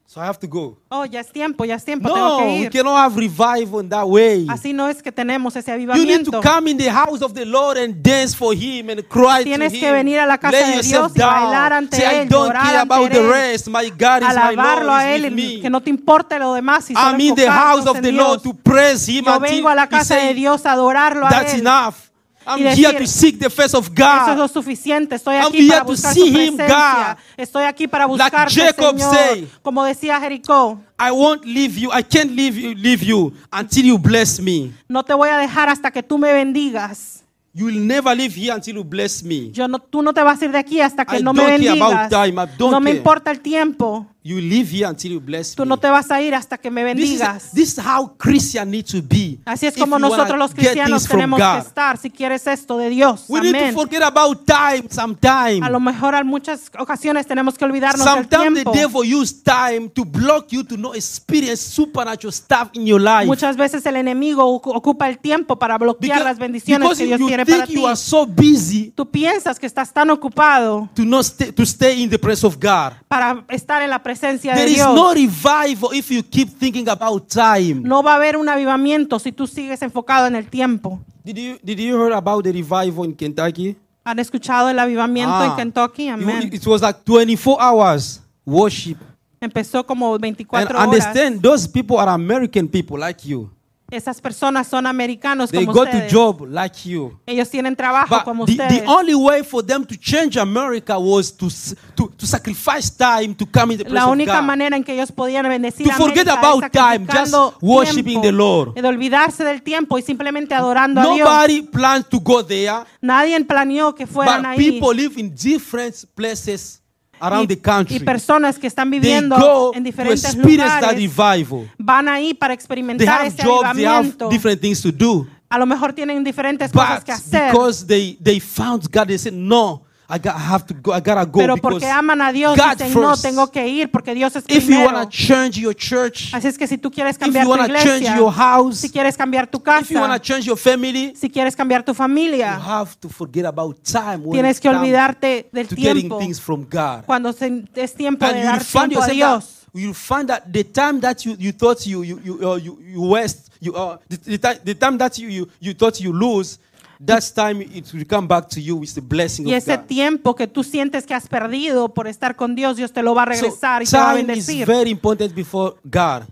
Speaker 1: So I have to go.
Speaker 2: Oh, ya es tiempo, ya es tiempo, tengo
Speaker 1: No,
Speaker 2: que
Speaker 1: we
Speaker 2: ir.
Speaker 1: cannot have revival in that way.
Speaker 2: Así no es que tenemos ese
Speaker 1: You need
Speaker 2: avivamiento.
Speaker 1: to come in the house of the Lord and dance for Him and cry
Speaker 2: Tienes
Speaker 1: to
Speaker 2: que
Speaker 1: Him.
Speaker 2: venir a la casa
Speaker 1: Lay
Speaker 2: de
Speaker 1: yourself
Speaker 2: Dios y bailar
Speaker 1: down.
Speaker 2: ante
Speaker 1: Say, I
Speaker 2: Él,
Speaker 1: don't
Speaker 2: llorar
Speaker 1: care
Speaker 2: ante
Speaker 1: about the
Speaker 2: Él.
Speaker 1: rest. My God is my
Speaker 2: Alabarlo
Speaker 1: Lord.
Speaker 2: a
Speaker 1: Is with
Speaker 2: Él,
Speaker 1: me.
Speaker 2: y que no te importe lo demás. Si
Speaker 1: I'm in the house of the Lord to praise Him
Speaker 2: Yo
Speaker 1: until
Speaker 2: vengo a la
Speaker 1: He
Speaker 2: casa
Speaker 1: say,
Speaker 2: de Dios a adorarlo a
Speaker 1: That's
Speaker 2: Él.
Speaker 1: enough. I'm
Speaker 2: Y
Speaker 1: here
Speaker 2: decir,
Speaker 1: to seek the face of
Speaker 2: Eso es lo
Speaker 1: God.
Speaker 2: suficiente. Estoy
Speaker 1: I'm
Speaker 2: aquí
Speaker 1: here
Speaker 2: para
Speaker 1: to
Speaker 2: buscar
Speaker 1: see
Speaker 2: su
Speaker 1: him,
Speaker 2: presencia.
Speaker 1: God.
Speaker 2: Estoy aquí para
Speaker 1: Like
Speaker 2: buscar
Speaker 1: Jacob
Speaker 2: Señor.
Speaker 1: say.
Speaker 2: Como decía Jericó,
Speaker 1: I won't leave you. I can't leave you, leave you until you bless me.
Speaker 2: no te voy a dejar hasta que tú me bendigas.
Speaker 1: You will never leave here until you bless me.
Speaker 2: Yo no, tú no te vas a ir de aquí hasta que
Speaker 1: I
Speaker 2: no me
Speaker 1: don't care
Speaker 2: bendigas.
Speaker 1: about time. I don't
Speaker 2: No me
Speaker 1: care.
Speaker 2: importa el tiempo.
Speaker 1: You will live here until you bless
Speaker 2: Tú
Speaker 1: me.
Speaker 2: no te vas a ir hasta que me
Speaker 1: This
Speaker 2: bendigas.
Speaker 1: is, this is how Christian need to be.
Speaker 2: Así es
Speaker 1: if
Speaker 2: como
Speaker 1: you wanna
Speaker 2: nosotros los
Speaker 1: get things
Speaker 2: cristianos
Speaker 1: from
Speaker 2: tenemos que
Speaker 1: God.
Speaker 2: estar si quieres esto de Dios.
Speaker 1: We need to
Speaker 2: Amén.
Speaker 1: forget about time sometimes.
Speaker 2: A lo mejor en muchas ocasiones tenemos que olvidarnos del
Speaker 1: Sometimes the
Speaker 2: tiempo.
Speaker 1: devil use time to block you to not experience supernatural stuff in your life.
Speaker 2: Muchas veces el enemigo ocu- ocupa el tiempo para bloquear las bendiciones
Speaker 1: because
Speaker 2: que Dios
Speaker 1: you
Speaker 2: tiene
Speaker 1: think
Speaker 2: para ti.
Speaker 1: you are so busy
Speaker 2: Tú piensas que estás tan ocupado
Speaker 1: to not stay, to stay in the presence of God.
Speaker 2: para estar en la presencia
Speaker 1: There
Speaker 2: de
Speaker 1: is
Speaker 2: Dios.
Speaker 1: no revival if you keep thinking about time.
Speaker 2: No va a haber un avivamiento si tú sigues enfocado en el tiempo.
Speaker 1: Did you did you hear about the revival in Kentucky?
Speaker 2: ¿Han escuchado el avivamiento en
Speaker 1: Ah.
Speaker 2: Kentucky? Amén.
Speaker 1: It, it was like 24 hours worship.
Speaker 2: Empezó como
Speaker 1: And
Speaker 2: 24 horas.
Speaker 1: understand, those people are American people like you.
Speaker 2: Esas personas son americanos
Speaker 1: They
Speaker 2: como
Speaker 1: go to
Speaker 2: ustedes.
Speaker 1: job like you.
Speaker 2: Ellos tienen trabajo
Speaker 1: But
Speaker 2: como
Speaker 1: the,
Speaker 2: ustedes.
Speaker 1: the only way for them to change America was to, s- to, to sacrifice time to come in the presence
Speaker 2: La
Speaker 1: of
Speaker 2: única
Speaker 1: God.
Speaker 2: manera en que ellos podían bendecir
Speaker 1: To
Speaker 2: a
Speaker 1: forget
Speaker 2: América
Speaker 1: about
Speaker 2: es
Speaker 1: time, just
Speaker 2: sacrificando
Speaker 1: worshiping
Speaker 2: tiempo,
Speaker 1: the Lord.
Speaker 2: de olvidarse del tiempo y simplemente adorando a Dios.
Speaker 1: Nobody plans to go there,
Speaker 2: Nadie planeó que fueran
Speaker 1: but
Speaker 2: ahí.
Speaker 1: people live in different places around the
Speaker 2: Y,
Speaker 1: country.
Speaker 2: y personas que están
Speaker 1: They
Speaker 2: viviendo
Speaker 1: go
Speaker 2: en
Speaker 1: to
Speaker 2: diferentes
Speaker 1: experience that
Speaker 2: lugares
Speaker 1: revival.
Speaker 2: van ahí para
Speaker 1: They
Speaker 2: experimentar
Speaker 1: have
Speaker 2: ese
Speaker 1: jobs, they have
Speaker 2: avivamiento.
Speaker 1: different things to do.
Speaker 2: A lo mejor tienen diferentes cosas
Speaker 1: But
Speaker 2: que hacer.
Speaker 1: because they, they found God, they said, No, I, got, I have to go, I gotta go.
Speaker 2: Pero
Speaker 1: because
Speaker 2: porque aman a Dios,
Speaker 1: God
Speaker 2: dicen, no,
Speaker 1: first.
Speaker 2: tengo que ir porque Dios es
Speaker 1: If you
Speaker 2: primero.
Speaker 1: want to change your church,
Speaker 2: Así es que si tú quieres
Speaker 1: if
Speaker 2: cambiar
Speaker 1: you
Speaker 2: tu
Speaker 1: want to change
Speaker 2: iglesia,
Speaker 1: your house,
Speaker 2: si quieres cambiar tu
Speaker 1: if you want
Speaker 2: casa,
Speaker 1: to change your family,
Speaker 2: si quieres cambiar tu
Speaker 1: You
Speaker 2: familia,
Speaker 1: have to forget about time when
Speaker 2: tienes
Speaker 1: it's
Speaker 2: que
Speaker 1: time
Speaker 2: olvidarte del
Speaker 1: to getting
Speaker 2: tiempo
Speaker 1: things from God.
Speaker 2: cuando se- es tiempo
Speaker 1: And
Speaker 2: de
Speaker 1: you will
Speaker 2: dar
Speaker 1: find
Speaker 2: tiempo a
Speaker 1: yourself
Speaker 2: Dios.
Speaker 1: that, you find that the time that you, you thought you you you uh, you, you waste you uh, the, the, time, the time that you, you you thought you lose, that time it will come back to you with the blessing
Speaker 2: Y
Speaker 1: of
Speaker 2: ese
Speaker 1: God.
Speaker 2: tiempo que tú sientes que has perdido por estar con Dios, Dios te lo va a
Speaker 1: So
Speaker 2: regresar y te va a
Speaker 1: time is
Speaker 2: bendecir.
Speaker 1: very important before God.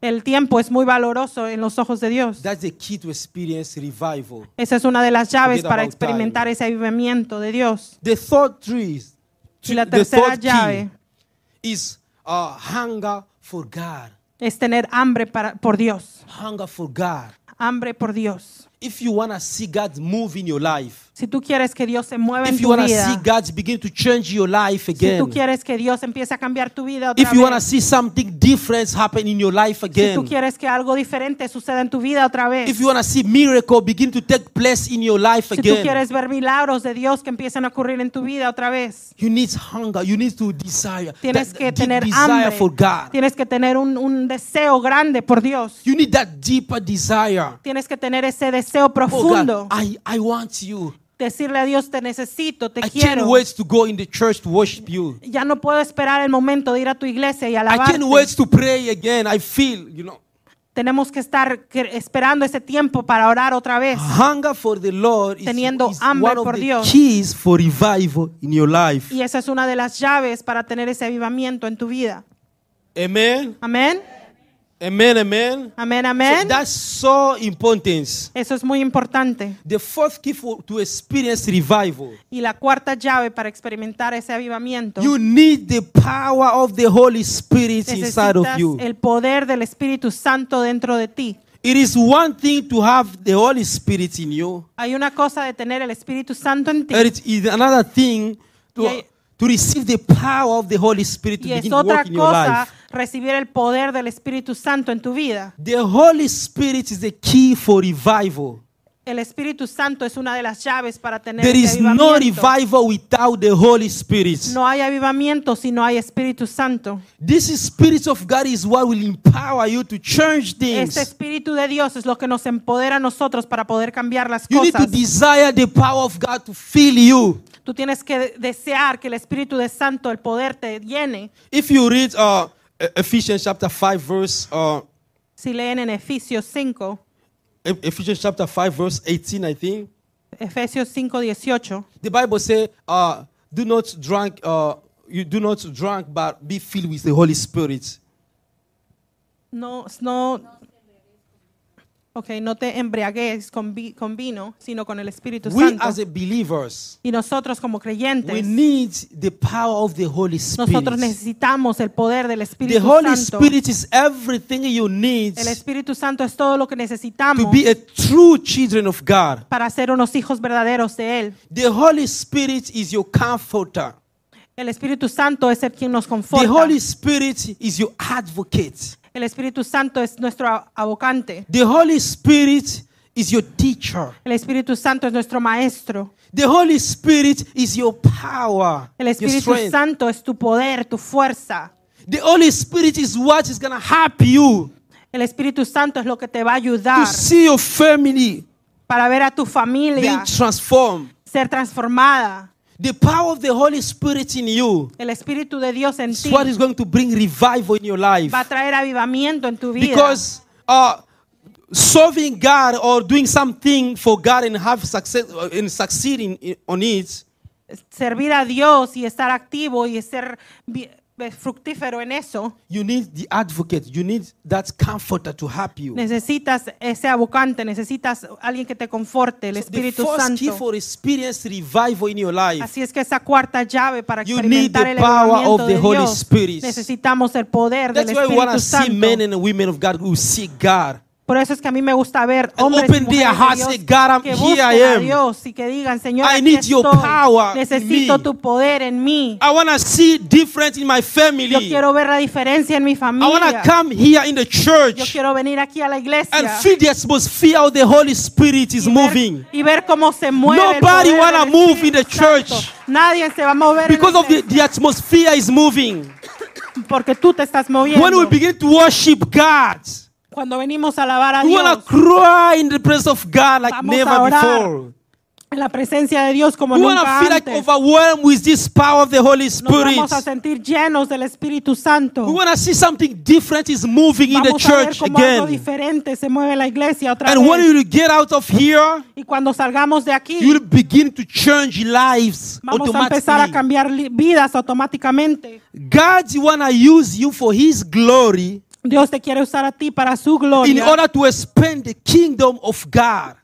Speaker 2: El tiempo es muy valoroso en los ojos de Dios.
Speaker 1: That's the key to experience revival.
Speaker 2: Esa es una de las llaves
Speaker 1: Forget
Speaker 2: para
Speaker 1: about time.
Speaker 2: experimentar ese avivamiento de Dios.
Speaker 1: The third tree,
Speaker 2: Y la
Speaker 1: the
Speaker 2: tercera
Speaker 1: third
Speaker 2: llave
Speaker 1: key is uh, hunger for God.
Speaker 2: es tener hambre para, por Dios.
Speaker 1: Hunger for God.
Speaker 2: Hambre por Dios.
Speaker 1: If you want to see God move in your life,
Speaker 2: Si tú quieres que Dios se mueva en
Speaker 1: if you
Speaker 2: tu
Speaker 1: want to see
Speaker 2: vida,
Speaker 1: God begin to change your life
Speaker 2: si tú
Speaker 1: again,
Speaker 2: quieres que Dios empiece a cambiar tu vida otra
Speaker 1: if you want to
Speaker 2: vez,
Speaker 1: see something different happen in your life
Speaker 2: si tú
Speaker 1: again,
Speaker 2: quieres que algo diferente suceda en tu vida otra vez,
Speaker 1: if you want to see miracle begin to take place in your life
Speaker 2: si tú
Speaker 1: again,
Speaker 2: quieres ver milagros de Dios que empiecen a ocurrir en tu vida otra vez,
Speaker 1: you need hunger, you need to desire,
Speaker 2: tienes
Speaker 1: that
Speaker 2: que
Speaker 1: deep
Speaker 2: tener
Speaker 1: desire
Speaker 2: hambre,
Speaker 1: for God.
Speaker 2: tienes que tener un, un deseo grande por Dios,
Speaker 1: You need that deeper desire.
Speaker 2: tienes que tener ese deseo
Speaker 1: Oh God,
Speaker 2: profundo,
Speaker 1: I, I want you.
Speaker 2: decirle a Dios te necesito, te
Speaker 1: I
Speaker 2: quiero.
Speaker 1: can't wait to go in the church to worship you.
Speaker 2: Ya no puedo esperar el momento de ir a tu iglesia y
Speaker 1: I
Speaker 2: alabarte.
Speaker 1: can't wait to pray again. I feel, you know,
Speaker 2: Tenemos que estar que- esperando ese tiempo para orar otra vez.
Speaker 1: Hunger for the Lord is,
Speaker 2: Teniendo
Speaker 1: is
Speaker 2: hambre
Speaker 1: one of
Speaker 2: por
Speaker 1: the
Speaker 2: Dios.
Speaker 1: keys for revival in your life.
Speaker 2: Y esa es una de las llaves para tener ese avivamiento en tu vida.
Speaker 1: Amen.
Speaker 2: Amén.
Speaker 1: Amen. Amen.
Speaker 2: Amén,
Speaker 1: So
Speaker 2: amén.
Speaker 1: that's so important.
Speaker 2: Eso es muy importante.
Speaker 1: The fourth key for, to experience revival.
Speaker 2: Y la cuarta llave para experimentar ese avivamiento.
Speaker 1: You need the power of the Holy Spirit inside of
Speaker 2: Necesitas
Speaker 1: you.
Speaker 2: el poder del Espíritu Santo dentro de ti.
Speaker 1: It is one thing to have the Holy Spirit in you,
Speaker 2: Hay una cosa de tener el Espíritu Santo en ti
Speaker 1: and it is another thing to,
Speaker 2: Y hay-
Speaker 1: to receive the power of the Holy Spirit to
Speaker 2: y es
Speaker 1: begin to
Speaker 2: otra
Speaker 1: work in your
Speaker 2: cosa
Speaker 1: life.
Speaker 2: recibir el poder del Espíritu Santo en tu vida.
Speaker 1: The Holy Spirit is the key for revival.
Speaker 2: El Espíritu Santo es una de las llaves para tener
Speaker 1: There
Speaker 2: ese
Speaker 1: is no
Speaker 2: avivamiento.
Speaker 1: revival without the Holy Spirit.
Speaker 2: No hay avivamiento si no hay Espíritu Santo.
Speaker 1: This Spirit of God is what will empower you to change
Speaker 2: Este
Speaker 1: things.
Speaker 2: Espíritu de Dios es lo que nos empodera a nosotros para poder cambiar las
Speaker 1: You need to
Speaker 2: cosas.
Speaker 1: desire the power of God to fill you.
Speaker 2: Tú tienes que de- desear que el Espíritu de Santo, el poder, te llene.
Speaker 1: If you read uh, E- Ephesians chapter 5 verse uh,
Speaker 2: Si leen en Efesios 5,
Speaker 1: E- Ephesians chapter 5 verse 18 I think
Speaker 2: Efesios 5, 18,
Speaker 1: the Bible says uh, do not drunk uh, you do not drunk but be filled with the Holy Spirit.
Speaker 2: no, no, ok, no te embriagues con, vi- con vino, sino con el Espíritu
Speaker 1: We as
Speaker 2: Santo.
Speaker 1: a believers
Speaker 2: Y nosotros como
Speaker 1: we
Speaker 2: creyentes,
Speaker 1: need the power of the Holy
Speaker 2: nosotros
Speaker 1: Spirit.
Speaker 2: necesitamos el poder del
Speaker 1: The
Speaker 2: Espíritu
Speaker 1: Holy
Speaker 2: Santo.
Speaker 1: Spirit is everything you need
Speaker 2: El Espíritu Santo es todo lo que
Speaker 1: to
Speaker 2: necesitamos
Speaker 1: be a true children of God.
Speaker 2: para ser unos hijos verdaderos de Él.
Speaker 1: The Holy Spirit is your comforter.
Speaker 2: El Espíritu Santo es el quien nos
Speaker 1: The
Speaker 2: conforta.
Speaker 1: Holy Spirit is your advocate.
Speaker 2: El Espíritu Santo es nuestro a- abocante.
Speaker 1: The Holy Spirit is your teacher.
Speaker 2: El Espíritu Santo es nuestro maestro.
Speaker 1: The Holy Spirit is your power.
Speaker 2: El
Speaker 1: your
Speaker 2: Espíritu
Speaker 1: strength.
Speaker 2: Santo es tu poder, tu fuerza.
Speaker 1: The Holy Spirit is what is going to help you
Speaker 2: El Espíritu Santo es lo que te va a
Speaker 1: to
Speaker 2: ayudar
Speaker 1: see your family
Speaker 2: para ver a tu
Speaker 1: being
Speaker 2: familia
Speaker 1: transformed.
Speaker 2: ser transformada.
Speaker 1: The power of the Holy Spirit in you
Speaker 2: El Espíritu de Dios en
Speaker 1: is
Speaker 2: ti
Speaker 1: what is going to bring revival in your life.
Speaker 2: va a traer avivamiento en tu vida.
Speaker 1: Because uh, serving God or doing something for God and have success uh, and succeeding i- on it
Speaker 2: servir a Dios y estar activo y ser vi- eh, fructífero en eso,
Speaker 1: You need the advocate. You need that comforter to help you.
Speaker 2: necesitas ese abocante, necesitas alguien que te conforte, el
Speaker 1: So the
Speaker 2: Espíritu
Speaker 1: first key
Speaker 2: Santo.
Speaker 1: for experience revival in your life
Speaker 2: Así es que esa cuarta llave para
Speaker 1: You need
Speaker 2: experimentar
Speaker 1: the
Speaker 2: el
Speaker 1: power
Speaker 2: avivamiento
Speaker 1: of
Speaker 2: de
Speaker 1: the Holy
Speaker 2: Dios,
Speaker 1: Spirit.
Speaker 2: necesitamos el poder
Speaker 1: That's
Speaker 2: del
Speaker 1: why we want to
Speaker 2: Espíritu
Speaker 1: see men
Speaker 2: Santo.
Speaker 1: and women of God who seek God.
Speaker 2: Por eso es que a mí me gusta ver
Speaker 1: And
Speaker 2: hombres
Speaker 1: open
Speaker 2: y
Speaker 1: their
Speaker 2: mujeres de
Speaker 1: hearts,
Speaker 2: Dios
Speaker 1: say, "God, I'm-
Speaker 2: que
Speaker 1: here
Speaker 2: busquen
Speaker 1: I
Speaker 2: a
Speaker 1: am.
Speaker 2: Dios y que digan, Señor,
Speaker 1: I
Speaker 2: aquí
Speaker 1: need your
Speaker 2: estoy.
Speaker 1: power in
Speaker 2: necesito
Speaker 1: me."
Speaker 2: tu poder en mí.
Speaker 1: I want to see difference in my family.
Speaker 2: Yo quiero ver la diferencia en mi
Speaker 1: I want
Speaker 2: familia.
Speaker 1: to come here in the
Speaker 2: Yo
Speaker 1: church
Speaker 2: quiero venir aquí a la iglesia
Speaker 1: and feel the atmosphere of the Holy Spirit is
Speaker 2: y,
Speaker 1: moving.
Speaker 2: ver, y ver cómo se mueve. el
Speaker 1: Nobody
Speaker 2: poder
Speaker 1: wanna
Speaker 2: del
Speaker 1: move
Speaker 2: Espíritu
Speaker 1: in the church.
Speaker 2: Santo. Nadie se va a mover en
Speaker 1: Because
Speaker 2: la
Speaker 1: of the,
Speaker 2: iglesia
Speaker 1: the atmosphere is moving.
Speaker 2: porque tú te estás moviendo.
Speaker 1: When we begin to worship God,
Speaker 2: Cuando venimos a alabar a
Speaker 1: we
Speaker 2: Dios
Speaker 1: want to cry in the presence of God like
Speaker 2: Vamos a
Speaker 1: never
Speaker 2: orar
Speaker 1: before.
Speaker 2: en la presencia de Dios como
Speaker 1: We want
Speaker 2: nunca
Speaker 1: to feel like
Speaker 2: antes.
Speaker 1: overwhelmed with this power of the Holy
Speaker 2: Nos
Speaker 1: Spirit.
Speaker 2: vamos a sentir llenos del Espíritu Santo.
Speaker 1: We want to see something different is moving in the
Speaker 2: Vamos a ver
Speaker 1: church
Speaker 2: cómo algo
Speaker 1: again.
Speaker 2: diferente se mueve la iglesia otra
Speaker 1: And when
Speaker 2: vez.
Speaker 1: you get out of here,
Speaker 2: y cuando salgamos de aquí,
Speaker 1: you will begin to change lives
Speaker 2: vamos a empezar a
Speaker 1: automatically.
Speaker 2: cambiar li- vidas automáticamente.
Speaker 1: God want to use you for His glory
Speaker 2: Dios te quiere usar a ti para su
Speaker 1: in
Speaker 2: gloria,
Speaker 1: order to expand the kingdom of God.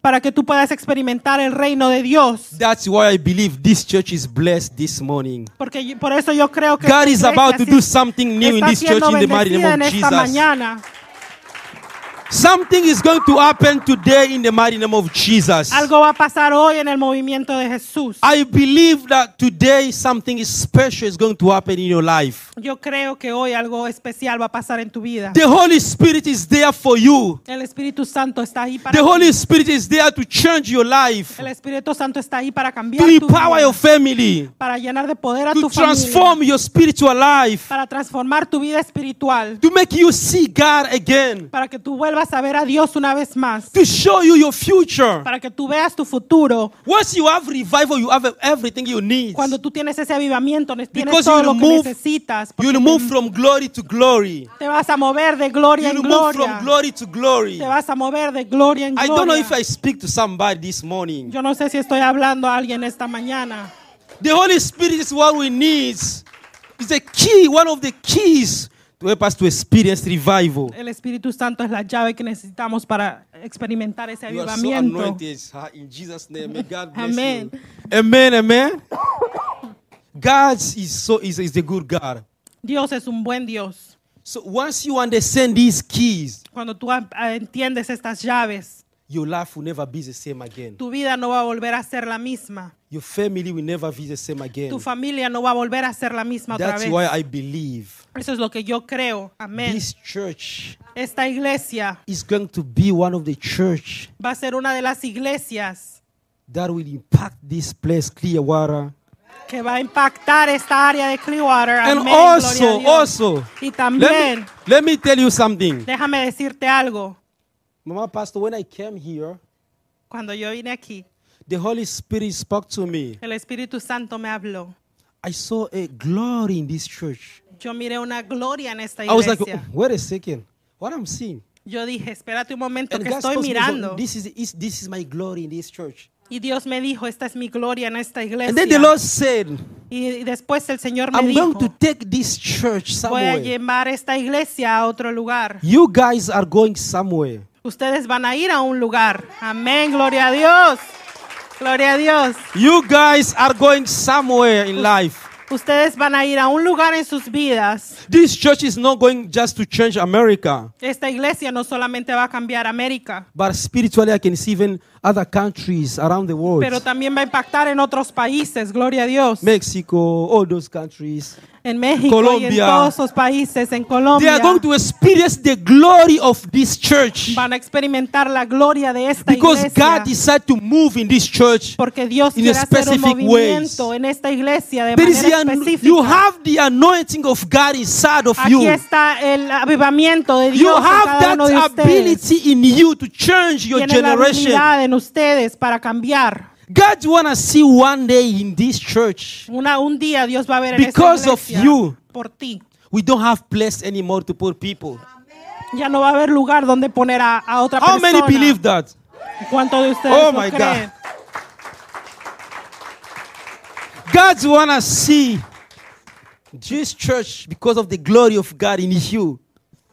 Speaker 2: para que tú puedas experimentar el reino de Dios.
Speaker 1: That's why I believe this church is blessed this morning.
Speaker 2: Porque yo- por eso yo creo que
Speaker 1: God
Speaker 2: esta
Speaker 1: is
Speaker 2: iglesia
Speaker 1: about to
Speaker 2: sí
Speaker 1: do something new in
Speaker 2: está
Speaker 1: this church
Speaker 2: siendo
Speaker 1: in the mighty
Speaker 2: bendecida en
Speaker 1: name of
Speaker 2: esta
Speaker 1: Jesus.
Speaker 2: mañana.
Speaker 1: Something is going to happen today in the mighty name of Jesus.
Speaker 2: Algo va a pasar hoy en el movimiento de Jesús.
Speaker 1: I believe that today something is special is going to happen in your life.
Speaker 2: Yo creo que hoy algo especial va a pasar en tu vida.
Speaker 1: The Holy Spirit is there for you.
Speaker 2: El Espíritu Santo está ahí para
Speaker 1: The Holy Spirit is there to change your life,
Speaker 2: El Espíritu Santo está ahí para cambiar
Speaker 1: to
Speaker 2: tu
Speaker 1: empower
Speaker 2: vida,
Speaker 1: your family,
Speaker 2: para llenar de poder a
Speaker 1: to
Speaker 2: tu familia,
Speaker 1: transform your spiritual life,
Speaker 2: para transformar tu vida espiritual,
Speaker 1: to make you see God again,
Speaker 2: para que tú vuelvas a ver a Dios una vez más,
Speaker 1: to show you your future.
Speaker 2: para que tú veas tu futuro.
Speaker 1: Once you have revival, you have everything you need.
Speaker 2: Cuando tú tienes ese avivamiento, ne- tienes
Speaker 1: Because
Speaker 2: todo
Speaker 1: you'll
Speaker 2: lo que
Speaker 1: move-
Speaker 2: necesitas, porque
Speaker 1: You'll move from glory to glory.
Speaker 2: te vas a mover de gloria en
Speaker 1: You'll move from
Speaker 2: gloria.
Speaker 1: glory to glory.
Speaker 2: Te vas a mover de gloria en
Speaker 1: I don't know
Speaker 2: gloria.
Speaker 1: if I speak to somebody this morning.
Speaker 2: Yo no sé si estoy hablando a alguien esta mañana.
Speaker 1: The Holy Spirit is what we need. It's a key, one of the keys to help us to experience revival.
Speaker 2: El Espíritu Santo es la llave que necesitamos para experimentar ese
Speaker 1: You are so
Speaker 2: avivamiento.
Speaker 1: anointed. Ah, In Jesus' name, may God bless
Speaker 2: Amen.
Speaker 1: you. Amen, amen. God is so is, is the good God.
Speaker 2: Dios es un buen Dios.
Speaker 1: So once you understand these keys,
Speaker 2: Cuando tú ah, ah, entiendes estas llaves,
Speaker 1: your life will never be the same again.
Speaker 2: tu vida no va a volver a ser la misma.
Speaker 1: Your family will never be the same again.
Speaker 2: Tu familia no va a volver a ser la misma otra
Speaker 1: That's
Speaker 2: vez.
Speaker 1: why I believe
Speaker 2: Eso es lo que yo creo. Amén.
Speaker 1: this church
Speaker 2: Esta iglesia
Speaker 1: is going to be one of the church
Speaker 2: va a ser una de las iglesias
Speaker 1: that will impact this place, Clearwater.
Speaker 2: que va a impactar esta área de Clearwater.
Speaker 1: And
Speaker 2: Amén, gloria a
Speaker 1: also,
Speaker 2: Dios.
Speaker 1: also,
Speaker 2: y
Speaker 1: let me,
Speaker 2: también,
Speaker 1: let me tell you something.
Speaker 2: déjame decirte algo.
Speaker 1: Mama Pastor, when I came here,
Speaker 2: Cuando yo vine aquí,
Speaker 1: the Holy Spirit spoke to me.
Speaker 2: el Espíritu Santo me habló.
Speaker 1: I saw a glory in this church.
Speaker 2: Yo miré una gloria en esta
Speaker 1: I was like,
Speaker 2: iglesia.
Speaker 1: "Oh, wait a second, what I'm seeing.
Speaker 2: Yo dije, espérate un momento
Speaker 1: And
Speaker 2: que
Speaker 1: God
Speaker 2: estoy
Speaker 1: spoke to me, so
Speaker 2: mirando.
Speaker 1: this is, is this is my glory in this church.
Speaker 2: Y Dios me dijo, esta es mi gloria en esta iglesia.
Speaker 1: And then the Lord said,
Speaker 2: y y después el Señor me
Speaker 1: I'm
Speaker 2: dijo,
Speaker 1: going to take this church
Speaker 2: voy a
Speaker 1: somewhere.
Speaker 2: llevar esta iglesia a otro lugar.
Speaker 1: You guys are going somewhere.
Speaker 2: Ustedes van a ir a un lugar. Amén, gloria a Dios. Gloria a Dios.
Speaker 1: You guys are going somewhere in life.
Speaker 2: Ustedes van a ir a un lugar en sus vidas.
Speaker 1: This church is not going just to change America,
Speaker 2: Esta iglesia no solamente va a cambiar América,
Speaker 1: but spiritually, I can see even other countries around the world.
Speaker 2: pero también va a impactar en otros países, gloria a Dios.
Speaker 1: Mexico, all those countries.
Speaker 2: En México y en
Speaker 1: Colombia.
Speaker 2: todos esos países, en
Speaker 1: They
Speaker 2: Colombia.
Speaker 1: are going to experience the glory of this church
Speaker 2: Van a experimentar la gloria de esta
Speaker 1: because
Speaker 2: iglesia.
Speaker 1: God decided to move in this church.
Speaker 2: Porque Dios
Speaker 1: in
Speaker 2: quiere hacer un
Speaker 1: specific ways.
Speaker 2: movimiento en esta iglesia de
Speaker 1: There is the
Speaker 2: manera
Speaker 1: an-
Speaker 2: específica.
Speaker 1: you have the anointing of God inside of
Speaker 2: Aquí
Speaker 1: you.
Speaker 2: está el avivamiento de
Speaker 1: You
Speaker 2: Dios en
Speaker 1: have
Speaker 2: cada uno de
Speaker 1: that
Speaker 2: ustedes.
Speaker 1: ability in you to change your
Speaker 2: Tiene la
Speaker 1: generation.
Speaker 2: habilidad en ustedes para cambiar.
Speaker 1: God wanna see one day in this church.
Speaker 2: Una, un día Dios va a ver en
Speaker 1: Because
Speaker 2: esta
Speaker 1: of
Speaker 2: iglesia
Speaker 1: you.
Speaker 2: por ti.
Speaker 1: We don't have place anymore to poor people.
Speaker 2: Ya no va a haber lugar donde poner a, a otra
Speaker 1: How
Speaker 2: persona.
Speaker 1: many believe that?
Speaker 2: ¿Cuántos de ustedes
Speaker 1: Oh
Speaker 2: lo
Speaker 1: my
Speaker 2: creen?
Speaker 1: God wanna see This church, because of the glory of God in you,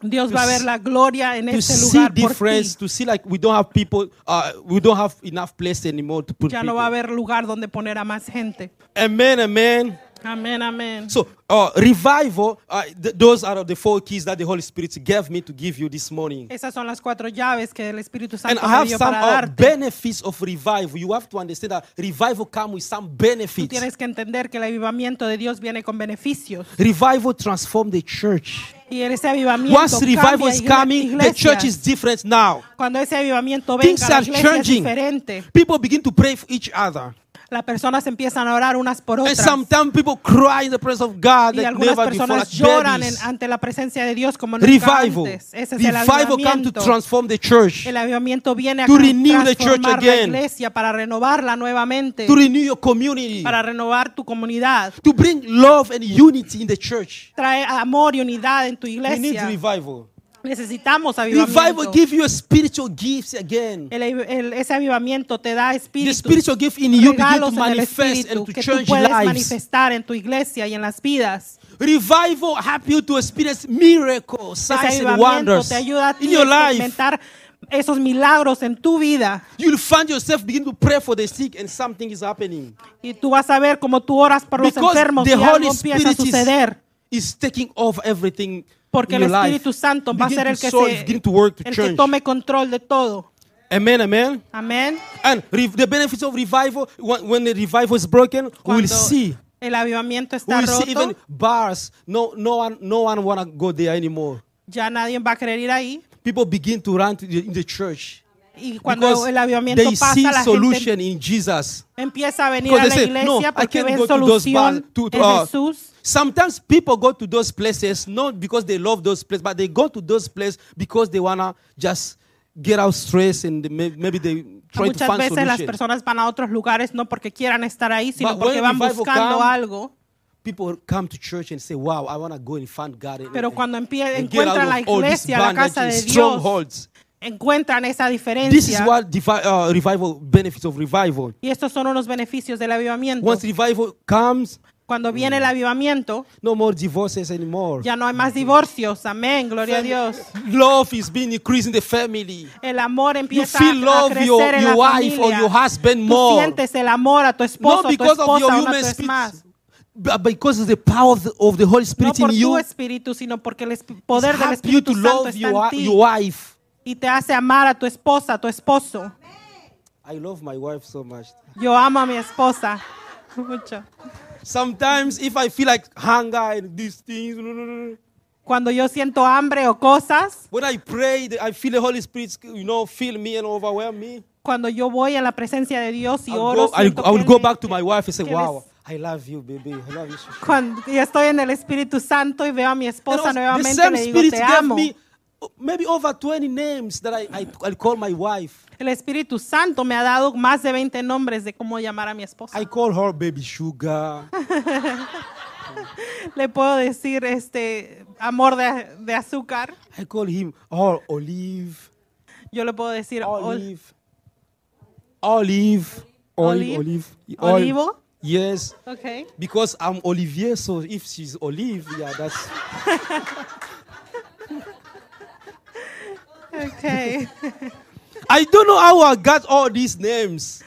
Speaker 2: Dios
Speaker 1: To
Speaker 2: va a
Speaker 1: s-
Speaker 2: ver la gloria en
Speaker 1: to
Speaker 2: este
Speaker 1: see
Speaker 2: lugar por ti.
Speaker 1: difference, to see like we don't have people, uh, we don't have enough place anymore to put
Speaker 2: Ya no
Speaker 1: people.
Speaker 2: va a haber lugar donde poner a más gente.
Speaker 1: Amen, amen.
Speaker 2: Amén, amén.
Speaker 1: So, uh, revival, uh, th- those are the four keys that the Holy Spirit gave me to give you this morning.
Speaker 2: Esas son las cuatro llaves que el Espíritu
Speaker 1: And
Speaker 2: Santo
Speaker 1: I
Speaker 2: me
Speaker 1: have
Speaker 2: dio
Speaker 1: some
Speaker 2: para
Speaker 1: uh,
Speaker 2: darte.
Speaker 1: benefits of revival. You have to understand that revival comes with some
Speaker 2: Tú
Speaker 1: benefits.
Speaker 2: tienes que entender que el avivamiento de Dios viene con beneficios.
Speaker 1: Revival transform the church.
Speaker 2: Y en ese avivamiento
Speaker 1: Once revival
Speaker 2: cambia
Speaker 1: is
Speaker 2: igle-
Speaker 1: coming, the
Speaker 2: iglesias.
Speaker 1: church is different now.
Speaker 2: Cuando ese avivamiento
Speaker 1: Things
Speaker 2: venga, la
Speaker 1: are
Speaker 2: iglesia es
Speaker 1: changing.
Speaker 2: diferente.
Speaker 1: People begin to pray for each other.
Speaker 2: Las personas empiezan a orar unas por
Speaker 1: And
Speaker 2: otras.
Speaker 1: sometimes people cry in the presence of God
Speaker 2: y
Speaker 1: like
Speaker 2: algunas
Speaker 1: never before.
Speaker 2: personas
Speaker 1: Like
Speaker 2: lloran en-
Speaker 1: babies.
Speaker 2: ante la presencia de Dios como nunca
Speaker 1: Revival.
Speaker 2: antes. Ese es el
Speaker 1: Revival comes to
Speaker 2: avivamiento.
Speaker 1: transform the church,
Speaker 2: El avivamiento viene a
Speaker 1: To renew the
Speaker 2: transformar
Speaker 1: church
Speaker 2: la
Speaker 1: again.
Speaker 2: iglesia para renovarla nuevamente,
Speaker 1: to renew your community,
Speaker 2: para renovar tu comunidad.
Speaker 1: to bring love and unity in the church.
Speaker 2: Trae amor y unidad en tu
Speaker 1: We need
Speaker 2: iglesia.
Speaker 1: revival.
Speaker 2: Necesitamos
Speaker 1: Revival
Speaker 2: avivamiento.
Speaker 1: give you spiritual gifts again.
Speaker 2: El- el- ese avivamiento te da
Speaker 1: The
Speaker 2: espíritu,
Speaker 1: spiritual gift in you begin to
Speaker 2: regalos en el
Speaker 1: manifest
Speaker 2: espíritu
Speaker 1: and to
Speaker 2: que tú
Speaker 1: change
Speaker 2: puedes
Speaker 1: lives.
Speaker 2: manifestar en tu iglesia y en las vidas.
Speaker 1: Revival help you to experience miracles,
Speaker 2: Ese
Speaker 1: signs and
Speaker 2: avivamiento
Speaker 1: wonders
Speaker 2: te ayuda a ti
Speaker 1: in your
Speaker 2: a
Speaker 1: life.
Speaker 2: experimentar esos milagros en tu vida.
Speaker 1: You'll find yourself begin to pray for the sick and something is happening.
Speaker 2: Y tú vas a ver cómo tú oras por los
Speaker 1: Because
Speaker 2: enfermos y
Speaker 1: the Holy
Speaker 2: algo empieza a
Speaker 1: Spirit
Speaker 2: suceder.
Speaker 1: is, is taking over everything
Speaker 2: Porque
Speaker 1: in
Speaker 2: el
Speaker 1: your life.
Speaker 2: Espíritu Santo va a
Speaker 1: Begin
Speaker 2: ser
Speaker 1: to
Speaker 2: el que,
Speaker 1: sow,
Speaker 2: se-
Speaker 1: begin to work, to
Speaker 2: el que
Speaker 1: change.
Speaker 2: tome control de todo.
Speaker 1: Amen, amen.
Speaker 2: Amén.
Speaker 1: And re- the benefits of revival, when, when the revival is broken, we'll
Speaker 2: Cuando
Speaker 1: see.
Speaker 2: el avivamiento está
Speaker 1: We'll see
Speaker 2: roto,
Speaker 1: even bars. No, no one, no one wanna go there anymore.
Speaker 2: ya nadie va a querer ir ahí.
Speaker 1: People begin to run to the, in the church
Speaker 2: Y cuando
Speaker 1: because
Speaker 2: el avivamiento
Speaker 1: they
Speaker 2: pasa,
Speaker 1: see
Speaker 2: la gente
Speaker 1: solution in Jesus.
Speaker 2: empieza a venir a
Speaker 1: Because
Speaker 2: la
Speaker 1: they say, no,
Speaker 2: iglesia
Speaker 1: I
Speaker 2: porque
Speaker 1: can't
Speaker 2: ven
Speaker 1: go to those bars.
Speaker 2: solución
Speaker 1: To, to,
Speaker 2: en
Speaker 1: uh,
Speaker 2: Jesús.
Speaker 1: sometimes people go to those places not because they love those places, but they go to those places because they wanna just get out stress and they may- maybe they try to
Speaker 2: Muchas
Speaker 1: find
Speaker 2: veces las
Speaker 1: solution.
Speaker 2: personas van a otros lugares no porque quieran estar ahí, sino
Speaker 1: But
Speaker 2: porque
Speaker 1: when
Speaker 2: van
Speaker 1: revival
Speaker 2: buscando
Speaker 1: come,
Speaker 2: algo.
Speaker 1: People come to church and say, "Wow, I wanna go and find God." and-
Speaker 2: Pero
Speaker 1: and-
Speaker 2: cuando empie-
Speaker 1: and get out
Speaker 2: encuentran la
Speaker 1: of all this
Speaker 2: iglesia, la
Speaker 1: bondage
Speaker 2: casa
Speaker 1: and
Speaker 2: de Dios,
Speaker 1: strongholds.
Speaker 2: encuentran esa
Speaker 1: This is
Speaker 2: diferencia.
Speaker 1: what devi- uh, revival benefits of revival.
Speaker 2: Y estos son unos beneficios del avivamiento.
Speaker 1: Once Mm. revival comes,
Speaker 2: Cuando viene el avivamiento,
Speaker 1: no more divorces anymore.
Speaker 2: ya no hay más divorcios. Amén, gloria a Dios.
Speaker 1: Love is being increased in the family.
Speaker 2: El amor empieza
Speaker 1: feel
Speaker 2: a- a
Speaker 1: love
Speaker 2: crecer
Speaker 1: your-
Speaker 2: en
Speaker 1: your
Speaker 2: la
Speaker 1: wife or
Speaker 2: familia.
Speaker 1: your husband
Speaker 2: Tú
Speaker 1: more.
Speaker 2: sientes el amor a tu esposo,
Speaker 1: Not
Speaker 2: a tu
Speaker 1: because of
Speaker 2: esposa,
Speaker 1: your
Speaker 2: una a
Speaker 1: human
Speaker 2: tu
Speaker 1: spirit,
Speaker 2: esposa.
Speaker 1: but because of the power of the, of the Holy
Speaker 2: No
Speaker 1: Spirit
Speaker 2: por
Speaker 1: in
Speaker 2: tu
Speaker 1: you.
Speaker 2: espíritu, sino porque el esp- poder del
Speaker 1: help you ah, to
Speaker 2: Espíritu Santo
Speaker 1: love your,
Speaker 2: está en
Speaker 1: wi-
Speaker 2: ti
Speaker 1: your wife.
Speaker 2: y te hace amar a tu esposa, a tu esposo.
Speaker 1: I love my wife so much.
Speaker 2: Yo amo a mi esposa mucho.
Speaker 1: Sometimes if I feel like hunger and these things,
Speaker 2: Cuando yo siento hambre o cosas,
Speaker 1: when I pray, I feel the Holy Spirit, you know, fill me and overwhelm me.
Speaker 2: cuando yo voy a la presencia de Dios y
Speaker 1: I'll
Speaker 2: oro,
Speaker 1: go- I'll-
Speaker 2: siento
Speaker 1: I
Speaker 2: que
Speaker 1: will
Speaker 2: Él
Speaker 1: go
Speaker 2: me-
Speaker 1: back to my wife and say,
Speaker 2: que
Speaker 1: "Wow,
Speaker 2: ves-
Speaker 1: I love you, baby. I love you." so much."
Speaker 2: Cuando yo estoy en el Espíritu Santo y veo a mi
Speaker 1: And
Speaker 2: esposa
Speaker 1: also, the
Speaker 2: nuevamente,
Speaker 1: same
Speaker 2: le digo,
Speaker 1: spirit
Speaker 2: te
Speaker 1: gave
Speaker 2: amo.
Speaker 1: me uh, maybe over 20 names that I, I I call my wife.
Speaker 2: El Espíritu Santo me ha dado más de 20 nombres de cómo llamar a mi esposa.
Speaker 1: I call her baby sugar,
Speaker 2: Le puedo decir este amor de, de azúcar.
Speaker 1: I call him or olive,
Speaker 2: Yo le puedo decir ol-
Speaker 1: olive, olive, olive,
Speaker 2: Olive?
Speaker 1: olive, ol-
Speaker 2: Olivo?
Speaker 1: Yes,
Speaker 2: Ok.
Speaker 1: because I'm Olivier, so if she's olive, yeah, that's
Speaker 2: ok.
Speaker 1: I don't know how I got all these names.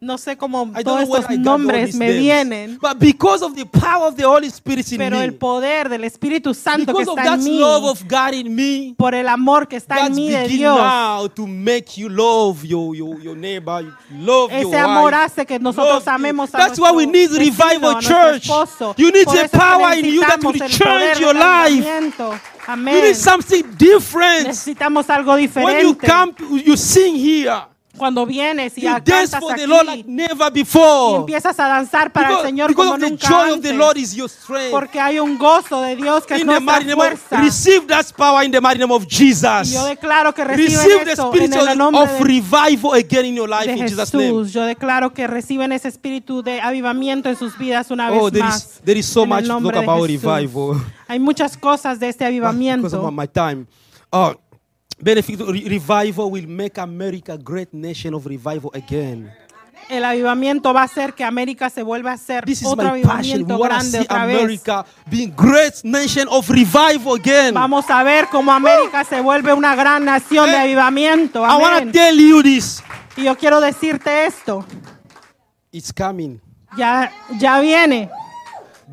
Speaker 2: No sé cómo
Speaker 1: I don't
Speaker 2: todos
Speaker 1: know where
Speaker 2: estos
Speaker 1: I got all
Speaker 2: nombres
Speaker 1: these
Speaker 2: me
Speaker 1: names.
Speaker 2: vienen.
Speaker 1: But because of the power of the Holy Spirit in
Speaker 2: Pero
Speaker 1: me,
Speaker 2: el poder del Espíritu Santo que
Speaker 1: because of
Speaker 2: está
Speaker 1: that
Speaker 2: en mí,
Speaker 1: love of God in me,
Speaker 2: por el amor que está
Speaker 1: God
Speaker 2: en mí de
Speaker 1: begin
Speaker 2: Dios,
Speaker 1: now to make you love your, your, your neighbor, you love your
Speaker 2: ese
Speaker 1: wife.
Speaker 2: amor hace que
Speaker 1: love
Speaker 2: nosotros
Speaker 1: you.
Speaker 2: amemos a
Speaker 1: That's
Speaker 2: nuestro
Speaker 1: why we need
Speaker 2: vecino,
Speaker 1: revival
Speaker 2: a nuestro
Speaker 1: church.
Speaker 2: esposo.
Speaker 1: You need a
Speaker 2: Por eso es que
Speaker 1: power in you that will
Speaker 2: necesitamos el
Speaker 1: change
Speaker 2: poder
Speaker 1: your
Speaker 2: del
Speaker 1: life.
Speaker 2: avivamiento. Amén.
Speaker 1: You need something different.
Speaker 2: Necesitamos algo diferente.
Speaker 1: When you come, to- you sing here.
Speaker 2: Cuando vienes y
Speaker 1: You
Speaker 2: cantas
Speaker 1: dance for
Speaker 2: aquí
Speaker 1: the Lord like never
Speaker 2: y
Speaker 1: before.
Speaker 2: empiezas a danzar para
Speaker 1: because
Speaker 2: el Señor
Speaker 1: because
Speaker 2: como
Speaker 1: of the
Speaker 2: nunca
Speaker 1: joy
Speaker 2: antes,
Speaker 1: of the Lord is your strength.
Speaker 2: porque hay un gozo de Dios que es
Speaker 1: In the
Speaker 2: nuestra
Speaker 1: mighty name of,
Speaker 2: fuerza.
Speaker 1: receive that power in the mighty name of
Speaker 2: Y
Speaker 1: Jesus.
Speaker 2: yo declaro que
Speaker 1: Receive
Speaker 2: reciben
Speaker 1: the
Speaker 2: esto
Speaker 1: spirit
Speaker 2: en el
Speaker 1: of,
Speaker 2: nombre
Speaker 1: of
Speaker 2: de,
Speaker 1: revival again in your life
Speaker 2: de
Speaker 1: in Jesus' name.
Speaker 2: Jesús. Yo declaro que reciben ese espíritu de avivamiento en sus vidas una
Speaker 1: Oh,
Speaker 2: vez
Speaker 1: there
Speaker 2: más.
Speaker 1: is- there is so
Speaker 2: en el
Speaker 1: much to
Speaker 2: nombre
Speaker 1: talk
Speaker 2: de
Speaker 1: about
Speaker 2: Jesús.
Speaker 1: revival.
Speaker 2: Hay muchas cosas de este
Speaker 1: Because
Speaker 2: avivamiento.
Speaker 1: of my time. Uh, benefit re- revival will make America a great nation of revival again.
Speaker 2: El avivamiento va a hacer que América se vuelva a ser
Speaker 1: This is
Speaker 2: otro
Speaker 1: my passion. We
Speaker 2: avivamiento
Speaker 1: want to
Speaker 2: grande
Speaker 1: see
Speaker 2: otra vez.
Speaker 1: America being great nation of revival again.
Speaker 2: Vamos a ver cómo América se vuelve una gran nación de
Speaker 1: Eh,
Speaker 2: avivamiento.
Speaker 1: I want to
Speaker 2: Amén.
Speaker 1: tell you this.
Speaker 2: Y yo quiero decirte esto.
Speaker 1: It's coming.
Speaker 2: Ya, ya viene.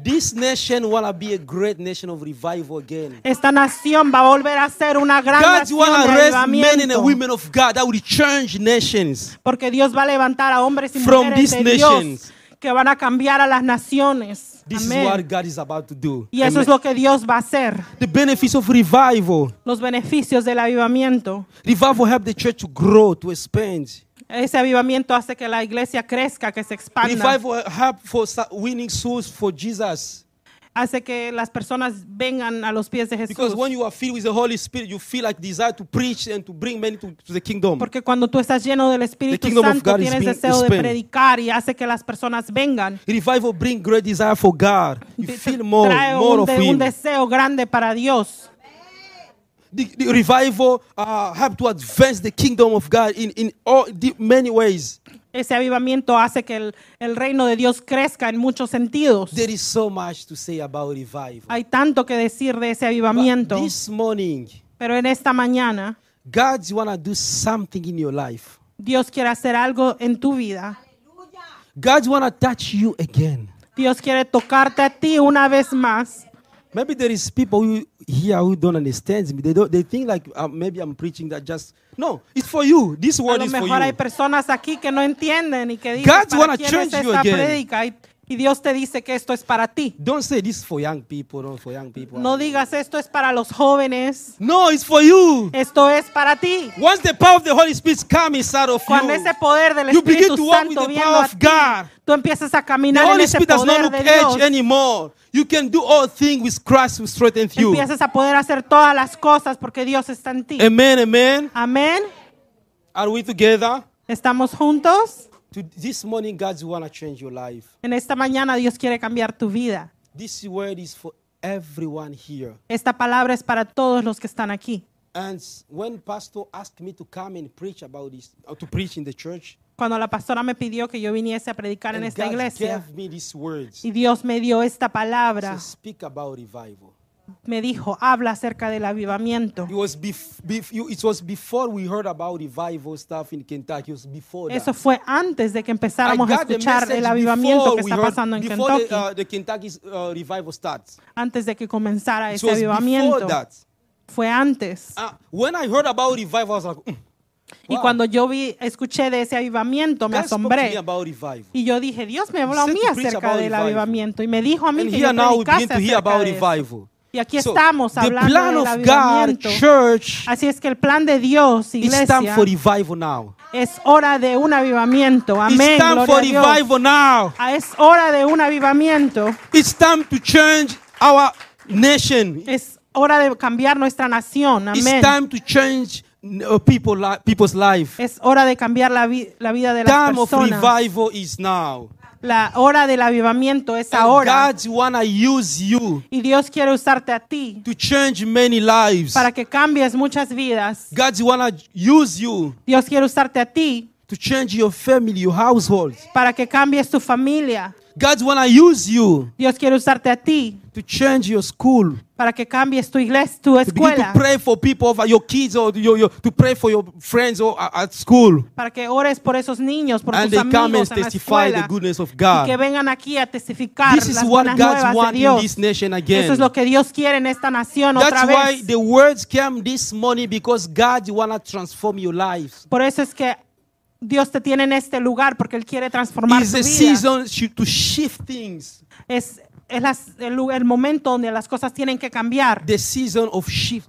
Speaker 1: This nation want to be a great nation of revival again.
Speaker 2: Esta nación va a volver a ser una gran
Speaker 1: God
Speaker 2: nación
Speaker 1: want
Speaker 2: de
Speaker 1: to raise men and
Speaker 2: avivamiento.
Speaker 1: women of God that will change nations.
Speaker 2: Porque Dios va a levantar a hombres y
Speaker 1: From
Speaker 2: mujeres
Speaker 1: these
Speaker 2: de Dios
Speaker 1: nations.
Speaker 2: que van a cambiar a las naciones.
Speaker 1: This
Speaker 2: Amén.
Speaker 1: is what God is about to do.
Speaker 2: Y eso
Speaker 1: Amen.
Speaker 2: es lo que Dios va a hacer.
Speaker 1: the benefits of revival.
Speaker 2: Los beneficios del avivamiento.
Speaker 1: Revival help the church to grow, to expand.
Speaker 2: Ese avivamiento hace que la iglesia crezca, que se expanda.
Speaker 1: Revival help for sa- winning souls for Jesus.
Speaker 2: Hace que las personas vengan a los pies de Jesús.
Speaker 1: Because when you are filled with the Holy Spirit, you feel like desire to preach and to bring many to, to the kingdom.
Speaker 2: Porque cuando tú estás lleno del Espíritu
Speaker 1: kingdom of
Speaker 2: Santo,
Speaker 1: God is
Speaker 2: tienes
Speaker 1: being
Speaker 2: deseo de
Speaker 1: expanded.
Speaker 2: predicar y hace que las personas vengan.
Speaker 1: Revival bring great desire for God. You
Speaker 2: Te- te
Speaker 1: feel more,
Speaker 2: trae
Speaker 1: more
Speaker 2: un,
Speaker 1: of
Speaker 2: de- un
Speaker 1: Him.
Speaker 2: deseo grande para Dios.
Speaker 1: The, the revival uh, help to advance the kingdom of God in, in all the many ways.
Speaker 2: Ese avivamiento hace que el, el reino de Dios crezca en muchos sentidos.
Speaker 1: There is so much to say about revival.
Speaker 2: Hay tanto que decir de ese
Speaker 1: But
Speaker 2: avivamiento.
Speaker 1: this morning,
Speaker 2: Pero en esta mañana,
Speaker 1: God wanna do something in your life.
Speaker 2: Dios quiere hacer algo en tu vida.
Speaker 1: God wanna touch you again.
Speaker 2: Dios quiere tocarte a ti una vez más.
Speaker 1: Maybe there is people who here who don't understand me. They don't. They think like uh, maybe I'm preaching that just no. It's for you. This
Speaker 2: A
Speaker 1: word
Speaker 2: lo
Speaker 1: is for
Speaker 2: mejor hay
Speaker 1: you.
Speaker 2: personas aquí que no entienden y que dicen,
Speaker 1: God
Speaker 2: ¿para
Speaker 1: wanna
Speaker 2: quién es
Speaker 1: change you
Speaker 2: esta
Speaker 1: again."
Speaker 2: prédica? Y, y Dios te dice que esto es para ti.
Speaker 1: Don't say this is for young people. Not for young people.
Speaker 2: No digas esto es para los jóvenes,
Speaker 1: No, it's for you.
Speaker 2: esto es para ti.
Speaker 1: Once the power of the Holy Spirit comes inside of
Speaker 2: Cuando
Speaker 1: you,
Speaker 2: ese poder del
Speaker 1: you begin
Speaker 2: Espíritu
Speaker 1: to walk with
Speaker 2: Santo
Speaker 1: the
Speaker 2: viene
Speaker 1: power
Speaker 2: a
Speaker 1: of
Speaker 2: ti,
Speaker 1: God.
Speaker 2: tú empiezas a
Speaker 1: The
Speaker 2: caminar en
Speaker 1: Holy
Speaker 2: ese
Speaker 1: Spirit does not
Speaker 2: poder
Speaker 1: look
Speaker 2: de
Speaker 1: age
Speaker 2: Dios.
Speaker 1: anymore. You can do all things with Christ who strengthens you.
Speaker 2: Empiezas a poder hacer todas las cosas porque Dios está en ti.
Speaker 1: Amen. Amen.
Speaker 2: Amén.
Speaker 1: Are we together?
Speaker 2: ¿Estamos juntos?
Speaker 1: To this morning, God want to change your life.
Speaker 2: En esta mañana Dios quiere cambiar tu vida.
Speaker 1: This word is for everyone here.
Speaker 2: Esta palabra es para todos los que están aquí.
Speaker 1: And s- when pastor asked me to come and preach about this, or to preach in the church,
Speaker 2: Cuando la pastora me pidió que yo viniese a predicar en
Speaker 1: and
Speaker 2: esta
Speaker 1: God
Speaker 2: iglesia
Speaker 1: gave me these words
Speaker 2: y Dios me dio esta palabra,
Speaker 1: to speak about revival.
Speaker 2: me dijo, habla acerca del avivamiento.
Speaker 1: It was, bef- bef- you- it was before we heard about revival stuff in Kentucky. It was before that.
Speaker 2: Eso fue antes de que
Speaker 1: I
Speaker 2: empezáramos a
Speaker 1: got the
Speaker 2: escuchar
Speaker 1: message
Speaker 2: el
Speaker 1: before
Speaker 2: avivamiento que
Speaker 1: we
Speaker 2: está
Speaker 1: heard-
Speaker 2: pasando en
Speaker 1: before
Speaker 2: Kentucky,
Speaker 1: The, uh, the Kentucky's uh, revival starts.
Speaker 2: antes de que comenzara
Speaker 1: It
Speaker 2: ese
Speaker 1: was before
Speaker 2: avivamiento.
Speaker 1: that.
Speaker 2: Fue antes.
Speaker 1: Uh, when I heard about revival, I was like, mm.
Speaker 2: Y
Speaker 1: wow.
Speaker 2: cuando yo vi, escuché de ese avivamiento, me
Speaker 1: God spoke to me
Speaker 2: asombré.
Speaker 1: about revival.
Speaker 2: Y yo dije, Dios me habló a
Speaker 1: said
Speaker 2: mí
Speaker 1: to preach
Speaker 2: acerca
Speaker 1: about
Speaker 2: del
Speaker 1: revival.
Speaker 2: avivamiento. Y me dijo a mí
Speaker 1: And
Speaker 2: que yo
Speaker 1: here now we begin
Speaker 2: predicase
Speaker 1: to hear
Speaker 2: acerca
Speaker 1: about
Speaker 2: de eso.
Speaker 1: revival.
Speaker 2: Y aquí
Speaker 1: So,
Speaker 2: estamos
Speaker 1: the
Speaker 2: hablando
Speaker 1: plan
Speaker 2: del
Speaker 1: of God,
Speaker 2: avivamiento.
Speaker 1: church,
Speaker 2: Así es que el plan de Dios,
Speaker 1: it's
Speaker 2: iglesia,
Speaker 1: time for revival now.
Speaker 2: es hora de un avivamiento. Amén.
Speaker 1: it's time
Speaker 2: gloria
Speaker 1: for
Speaker 2: a Dios.
Speaker 1: revival now.
Speaker 2: Ah, Es hora de un avivamiento.
Speaker 1: It's time to change our nation.
Speaker 2: Es hora de cambiar nuestra nación.
Speaker 1: It's
Speaker 2: Amén.
Speaker 1: time to change uh, people li- people's life.
Speaker 2: Es hora de cambiar la, vi- la vida de las
Speaker 1: Time of
Speaker 2: personas.
Speaker 1: revival is now.
Speaker 2: La hora del avivamiento es ahora.
Speaker 1: And God wanna use you
Speaker 2: Y Dios quiere usarte a ti
Speaker 1: to change many lives.
Speaker 2: para que cambies muchas vidas.
Speaker 1: God wanna use you
Speaker 2: Dios quiere usarte a ti
Speaker 1: to change your family, your household.
Speaker 2: para que cambies tu familia.
Speaker 1: God wanna use you
Speaker 2: Dios quiere usarte a ti
Speaker 1: to change your school.
Speaker 2: para que cambies tu iglesia, tu
Speaker 1: To begin to
Speaker 2: escuela,
Speaker 1: pray for people, over your kids, or your, your, to pray for your friends or a- at school.
Speaker 2: para que ores por esos niños, por
Speaker 1: And
Speaker 2: tus
Speaker 1: they come and
Speaker 2: amigos en la
Speaker 1: testify the
Speaker 2: escuela.
Speaker 1: goodness of
Speaker 2: y que
Speaker 1: God.
Speaker 2: vengan aquí a testificar
Speaker 1: This is
Speaker 2: las
Speaker 1: what
Speaker 2: buenas
Speaker 1: God
Speaker 2: nuevas de
Speaker 1: wants in
Speaker 2: Dios.
Speaker 1: this nation
Speaker 2: Eso
Speaker 1: again.
Speaker 2: es lo que Dios quiere en esta nación otra
Speaker 1: That's why
Speaker 2: vez.
Speaker 1: the words came this morning because God wanna transform your lives.
Speaker 2: Por eso es que Dios te tiene en este lugar porque Él quiere transformar
Speaker 1: It's
Speaker 2: tu
Speaker 1: a
Speaker 2: vida.
Speaker 1: season sh- to shift things.
Speaker 2: Es, es las- el, lu- el momento donde las cosas tienen que cambiar.
Speaker 1: The season of shift.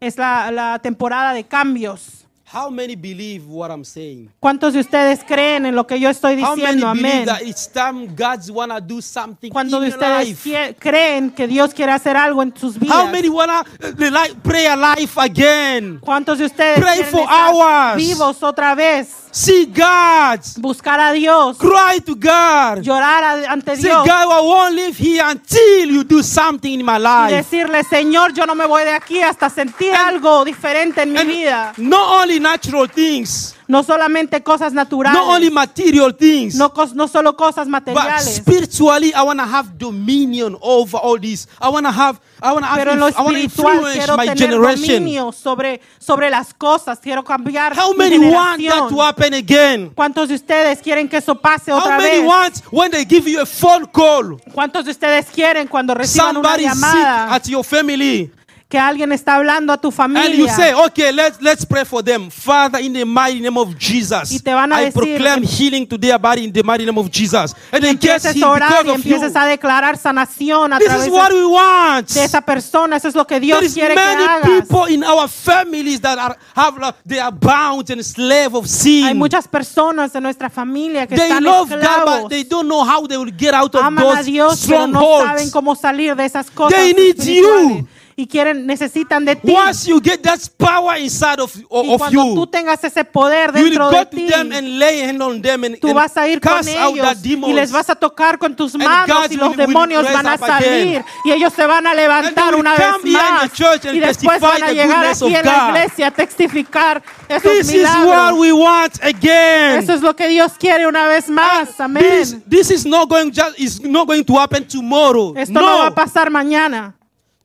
Speaker 2: Es la, la temporada de cambios.
Speaker 1: How many believe what I'm saying?
Speaker 2: ¿Cuántos de ustedes creen en lo que yo estoy
Speaker 1: How many
Speaker 2: diciendo?
Speaker 1: believe
Speaker 2: Amén.
Speaker 1: that it's time God's wanna do something
Speaker 2: ¿Cuántos
Speaker 1: in
Speaker 2: de
Speaker 1: your
Speaker 2: ustedes
Speaker 1: life?
Speaker 2: quie- creen que Dios quiere hacer algo en sus vidas?
Speaker 1: How many wanna uh, the li- prayer life again?
Speaker 2: ¿Cuántos de ustedes
Speaker 1: Pray
Speaker 2: quieren
Speaker 1: for
Speaker 2: estar
Speaker 1: hours.
Speaker 2: vivos otra vez?
Speaker 1: See God,
Speaker 2: Buscar a Dios.
Speaker 1: cry to God.
Speaker 2: llorar a- ante
Speaker 1: Say,
Speaker 2: Dios
Speaker 1: God, I won't live here until you do something in my
Speaker 2: y
Speaker 1: life.
Speaker 2: decirle, Señor, yo no me voy de aquí hasta sentir algo diferente en mi
Speaker 1: And
Speaker 2: vida.
Speaker 1: Not only natural things,
Speaker 2: No solamente cosas naturales,
Speaker 1: not only material things,
Speaker 2: no, cos- no solo cosas
Speaker 1: but
Speaker 2: materiales,
Speaker 1: spiritually, I want to have dominion over all this. I want to have, I want to have,
Speaker 2: pero en lo
Speaker 1: inf- I want to
Speaker 2: espiritual
Speaker 1: influence
Speaker 2: quiero
Speaker 1: my
Speaker 2: tener
Speaker 1: generation.
Speaker 2: dominio sobre, sobre las cosas, quiero cambiar
Speaker 1: How
Speaker 2: mi
Speaker 1: many want that
Speaker 2: generación.
Speaker 1: to happen again?
Speaker 2: ¿Cuántos de ustedes quieren que eso pase
Speaker 1: How
Speaker 2: otra
Speaker 1: many
Speaker 2: vez?
Speaker 1: want when they give you a phone call?
Speaker 2: ¿Cuántos de ustedes quieren cuando reciban una
Speaker 1: Somebody sick
Speaker 2: llamada
Speaker 1: at your family.
Speaker 2: que alguien está hablando a tu
Speaker 1: And you
Speaker 2: familia?
Speaker 1: say, okay, let's, let's pray for them. Father, in the mighty name of
Speaker 2: Y
Speaker 1: Jesus,
Speaker 2: te van a
Speaker 1: I
Speaker 2: decir-
Speaker 1: proclaim healing to their body in the mighty name of Jesus. And they get
Speaker 2: empieces
Speaker 1: healed
Speaker 2: a orar
Speaker 1: because
Speaker 2: y
Speaker 1: of you.
Speaker 2: empieces a declarar sanación a
Speaker 1: This
Speaker 2: través
Speaker 1: is
Speaker 2: de-
Speaker 1: what we want.
Speaker 2: de esa persona. Eso es lo que
Speaker 1: There
Speaker 2: Dios
Speaker 1: is
Speaker 2: quiere que
Speaker 1: many
Speaker 2: hagas.
Speaker 1: people in our families that are have like, they are bound and slave of
Speaker 2: Hay
Speaker 1: sin.
Speaker 2: muchas personas de nuestra familia que
Speaker 1: They
Speaker 2: están
Speaker 1: love God, but
Speaker 2: esclavos.
Speaker 1: they don't know how they will get out of
Speaker 2: Aman a
Speaker 1: those
Speaker 2: Dios, pero no saben
Speaker 1: strongholds.
Speaker 2: cómo salir de esas cosas
Speaker 1: They need
Speaker 2: espirituales.
Speaker 1: you.
Speaker 2: y quieren necesitan de ti.
Speaker 1: Once you get that power inside of,
Speaker 2: y
Speaker 1: of
Speaker 2: cuando
Speaker 1: you,
Speaker 2: tú tengas ese poder
Speaker 1: You
Speaker 2: dentro
Speaker 1: will
Speaker 2: de
Speaker 1: go
Speaker 2: ti,
Speaker 1: to them and lay hand on them and,
Speaker 2: tú
Speaker 1: and
Speaker 2: vas a ir con
Speaker 1: cast out
Speaker 2: ellos
Speaker 1: that
Speaker 2: y
Speaker 1: demons.
Speaker 2: les vas a tocar con tus
Speaker 1: And
Speaker 2: manos
Speaker 1: God
Speaker 2: y los
Speaker 1: will- will
Speaker 2: demonios
Speaker 1: raise
Speaker 2: van a
Speaker 1: up again.
Speaker 2: salir y ellos se van a levantar
Speaker 1: will
Speaker 2: una vez
Speaker 1: come here in
Speaker 2: más
Speaker 1: the church and
Speaker 2: y después
Speaker 1: testify
Speaker 2: van a
Speaker 1: the
Speaker 2: llegar
Speaker 1: goodness
Speaker 2: aquí
Speaker 1: of
Speaker 2: en la
Speaker 1: God.
Speaker 2: iglesia a testificar esos
Speaker 1: This is what
Speaker 2: milagros.
Speaker 1: we want again.
Speaker 2: Eso es lo que Dios quiere una vez más.
Speaker 1: This,
Speaker 2: Amén.
Speaker 1: this is not going just is not going to happen tomorrow.
Speaker 2: Esto no
Speaker 1: no,
Speaker 2: va a pasar mañana.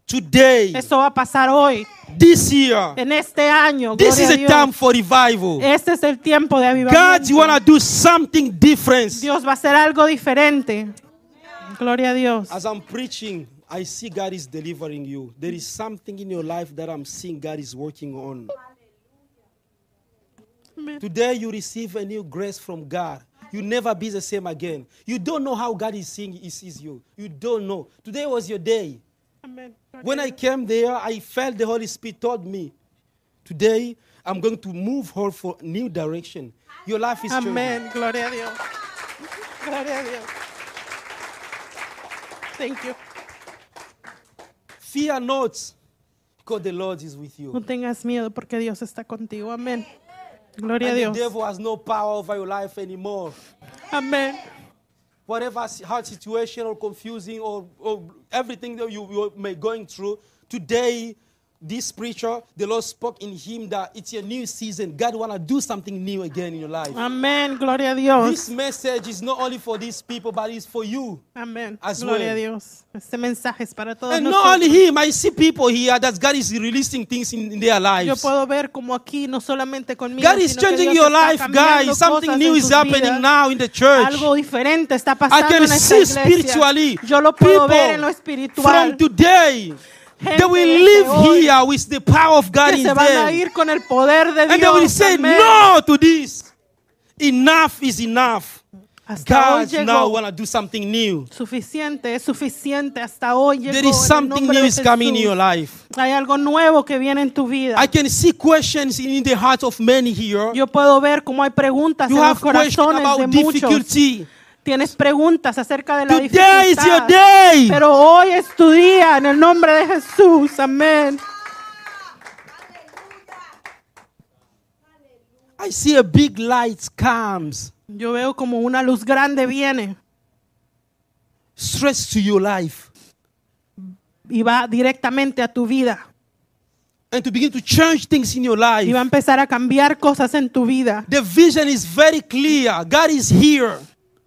Speaker 1: today,
Speaker 2: Esto va a pasar hoy,
Speaker 1: this year.
Speaker 2: en este año.
Speaker 1: This
Speaker 2: Eh, Gloria
Speaker 1: is
Speaker 2: a
Speaker 1: a
Speaker 2: Dios. Eh,
Speaker 1: time for revival.
Speaker 2: Este es el tiempo de
Speaker 1: God, you
Speaker 2: avivamiento.
Speaker 1: want to do something different.
Speaker 2: Dios va a hacer algo diferente. Gloria a Dios.
Speaker 1: As I'm preaching, I see God is delivering you. There is something in your life that I'm seeing God is working on. Today, you receive a new grace from God. You never be the same again. You don't know how God is seeing he sees you. You don't know. Today was your day. When I came there, I felt the Holy Spirit told me, Today, I'm going to move her for new direction. Your life is changing.
Speaker 2: Amén. Gloria a Dios. Gloria a Dios. Thank you.
Speaker 1: Fear not, because the Lord is with you.
Speaker 2: No tengas miedo porque Dios está contigo. Amén. Gloria a
Speaker 1: And
Speaker 2: Dios.
Speaker 1: the devil has no power over your life anymore.
Speaker 2: Amén.
Speaker 1: Whatever s- hard situation or confusing or, or everything that you, you may going through, today, this preacher, the Lord spoke in him that it's a new season. God want to do something new again in your life.
Speaker 2: Ah. Amén. Gloria a Dios.
Speaker 1: This message is not only for these people, but it's for you.
Speaker 2: Amén.
Speaker 1: As
Speaker 2: Gloria
Speaker 1: well.
Speaker 2: a Dios. Este mensaje es para todos
Speaker 1: And not
Speaker 2: nosotros.
Speaker 1: only him, I see people here that God is releasing things in, in their
Speaker 2: Yo
Speaker 1: lives.
Speaker 2: puedo ver como aquí no solamente conmigo,
Speaker 1: God is
Speaker 2: sino que
Speaker 1: changing
Speaker 2: Dios
Speaker 1: your
Speaker 2: está
Speaker 1: life,
Speaker 2: cambiando
Speaker 1: guys. Something
Speaker 2: cosas
Speaker 1: new
Speaker 2: en
Speaker 1: is
Speaker 2: sus vidas.
Speaker 1: happening now in the church.
Speaker 2: Algo diferente está pasando
Speaker 1: I can
Speaker 2: en esta
Speaker 1: see
Speaker 2: iglesia.
Speaker 1: spiritually
Speaker 2: Yo lo puedo
Speaker 1: people
Speaker 2: ver en lo
Speaker 1: from
Speaker 2: espiritual.
Speaker 1: today. They
Speaker 2: Gente
Speaker 1: will
Speaker 2: desde
Speaker 1: live
Speaker 2: hoy
Speaker 1: here with the power of God
Speaker 2: que
Speaker 1: in
Speaker 2: se van a
Speaker 1: them.
Speaker 2: ir con el poder de Dios.
Speaker 1: And they will say
Speaker 2: Amén.
Speaker 1: no to this. Enough is enough.
Speaker 2: Hasta hoy
Speaker 1: God now
Speaker 2: llegó.
Speaker 1: want to do something new.
Speaker 2: Suficiente, es suficiente. Hasta hoy llegó.
Speaker 1: There
Speaker 2: en
Speaker 1: is
Speaker 2: el
Speaker 1: something
Speaker 2: nombre
Speaker 1: new
Speaker 2: de
Speaker 1: is coming in
Speaker 2: Jesús.
Speaker 1: your life.
Speaker 2: Hay algo nuevo que viene en tu vida.
Speaker 1: I can see questions in the heart of many here.
Speaker 2: Yo puedo ver cómo hay preguntas
Speaker 1: You
Speaker 2: en los
Speaker 1: have questions
Speaker 2: corazones de
Speaker 1: about
Speaker 2: muchos.
Speaker 1: difficulty.
Speaker 2: Tienes preguntas acerca de la
Speaker 1: Today is your
Speaker 2: dificultad.
Speaker 1: day.
Speaker 2: Pero hoy es tu día en el nombre de Jesús. Amén.
Speaker 1: I see a big light comes
Speaker 2: Yo veo como una luz grande viene
Speaker 1: straight to your life
Speaker 2: y va directamente a tu vida.
Speaker 1: and to begin to change things in your
Speaker 2: Y va a
Speaker 1: life.
Speaker 2: empezar a cambiar cosas en tu vida.
Speaker 1: The vision is very clear. God is here.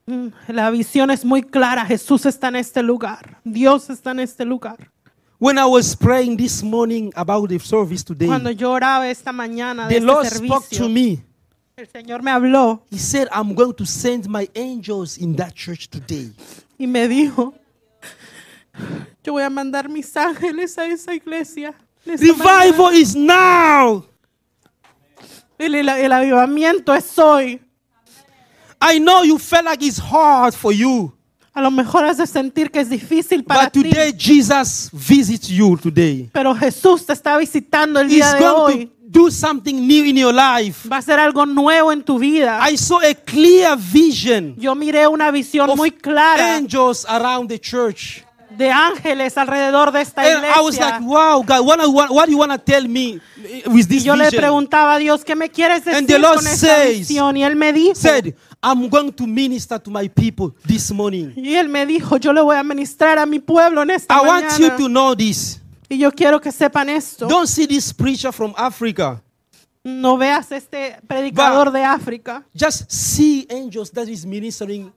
Speaker 2: Mm, La visión es muy clara. Jesús está en este lugar. Dios está en este lugar.
Speaker 1: When I was praying this morning about the service today,
Speaker 2: Cuando yo oraba esta mañana de
Speaker 1: the Lord
Speaker 2: este
Speaker 1: spoke to
Speaker 2: servicio,
Speaker 1: me.
Speaker 2: el Señor me habló
Speaker 1: He said, I'm going to send my angels in that church today.
Speaker 2: y me dijo, yo voy a mandar mis ángeles a esa iglesia. esta mañana".
Speaker 1: Revival is now.
Speaker 2: El, el- el avivamiento es hoy.
Speaker 1: I know you felt like it's hard for you,
Speaker 2: A lo mejor has de sentir que es difícil para
Speaker 1: but
Speaker 2: ti,
Speaker 1: today Jesus visits you today.
Speaker 2: pero Jesús te está visitando el
Speaker 1: He's
Speaker 2: día de
Speaker 1: going to
Speaker 2: hoy.
Speaker 1: do something new in your life.
Speaker 2: Va a ser algo nuevo en tu vida.
Speaker 1: I saw a clear vision
Speaker 2: Yo miré una visión
Speaker 1: of
Speaker 2: muy clara
Speaker 1: angels around the church.
Speaker 2: de ángeles alrededor de esta
Speaker 1: And Eh, I was like,
Speaker 2: iglesia.
Speaker 1: wow, God, what, I want- what do you want to tell me eh, with
Speaker 2: Y
Speaker 1: this
Speaker 2: yo le
Speaker 1: vision?
Speaker 2: preguntaba a Dios, ¿qué me quieres
Speaker 1: And
Speaker 2: decir
Speaker 1: the Lord
Speaker 2: con esta
Speaker 1: says-
Speaker 2: visión? Y él me dijo,
Speaker 1: said, I'm going to minister to my people this morning.
Speaker 2: y él me dijo, yo le voy a ministrar a mi pueblo en esta
Speaker 1: I want you
Speaker 2: mañana.
Speaker 1: to know this.
Speaker 2: Y yo quiero que sepan esto.
Speaker 1: Don't see this preacher from Africa.
Speaker 2: No veas este predicador de África.
Speaker 1: Just see angels that is ministering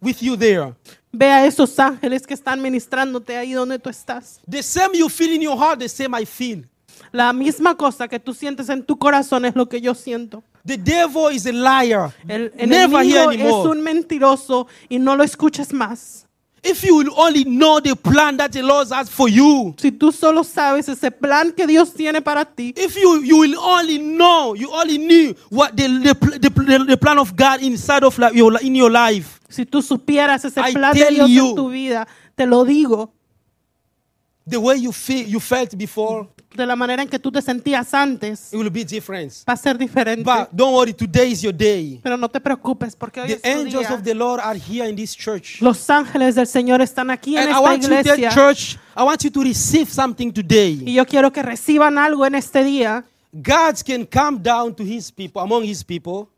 Speaker 1: with you there.
Speaker 2: Ve a esos ángeles que están ministrándote ahí donde tú estás.
Speaker 1: The same you feel in your heart, the same I feel.
Speaker 2: La misma cosa que tú sientes en tu corazón es lo que yo siento.
Speaker 1: The devil is a liar.
Speaker 2: El
Speaker 1: Never hear
Speaker 2: enemigo es
Speaker 1: anymore.
Speaker 2: un mentiroso y no lo escuches más.
Speaker 1: If you will only know the plan that the Lord has for you,
Speaker 2: Si tú solo sabes ese plan que Dios tiene para ti,
Speaker 1: if you, you will only know, you only knew what the, the, pl- the, pl- the, plan of God inside of li- your, li- in your life,
Speaker 2: si tú supieras ese
Speaker 1: I
Speaker 2: plan de
Speaker 1: tell
Speaker 2: Dios
Speaker 1: you.
Speaker 2: en tu vida, te lo digo,
Speaker 1: the way you feel, you felt before,
Speaker 2: de la manera en que tú te sentías antes,
Speaker 1: it will be different.
Speaker 2: va a ser diferente.
Speaker 1: But don't worry, today is your day.
Speaker 2: Pero no te preocupes porque hoy
Speaker 1: The
Speaker 2: es tu
Speaker 1: angels
Speaker 2: día.
Speaker 1: of the Lord are here in this church.
Speaker 2: Los ángeles del Señor están aquí en
Speaker 1: And I
Speaker 2: esta
Speaker 1: want you,
Speaker 2: iglesia
Speaker 1: that church, I want you to receive something
Speaker 2: y
Speaker 1: today.
Speaker 2: yo quiero que reciban algo en este día.
Speaker 1: God can come down to his people, among his people.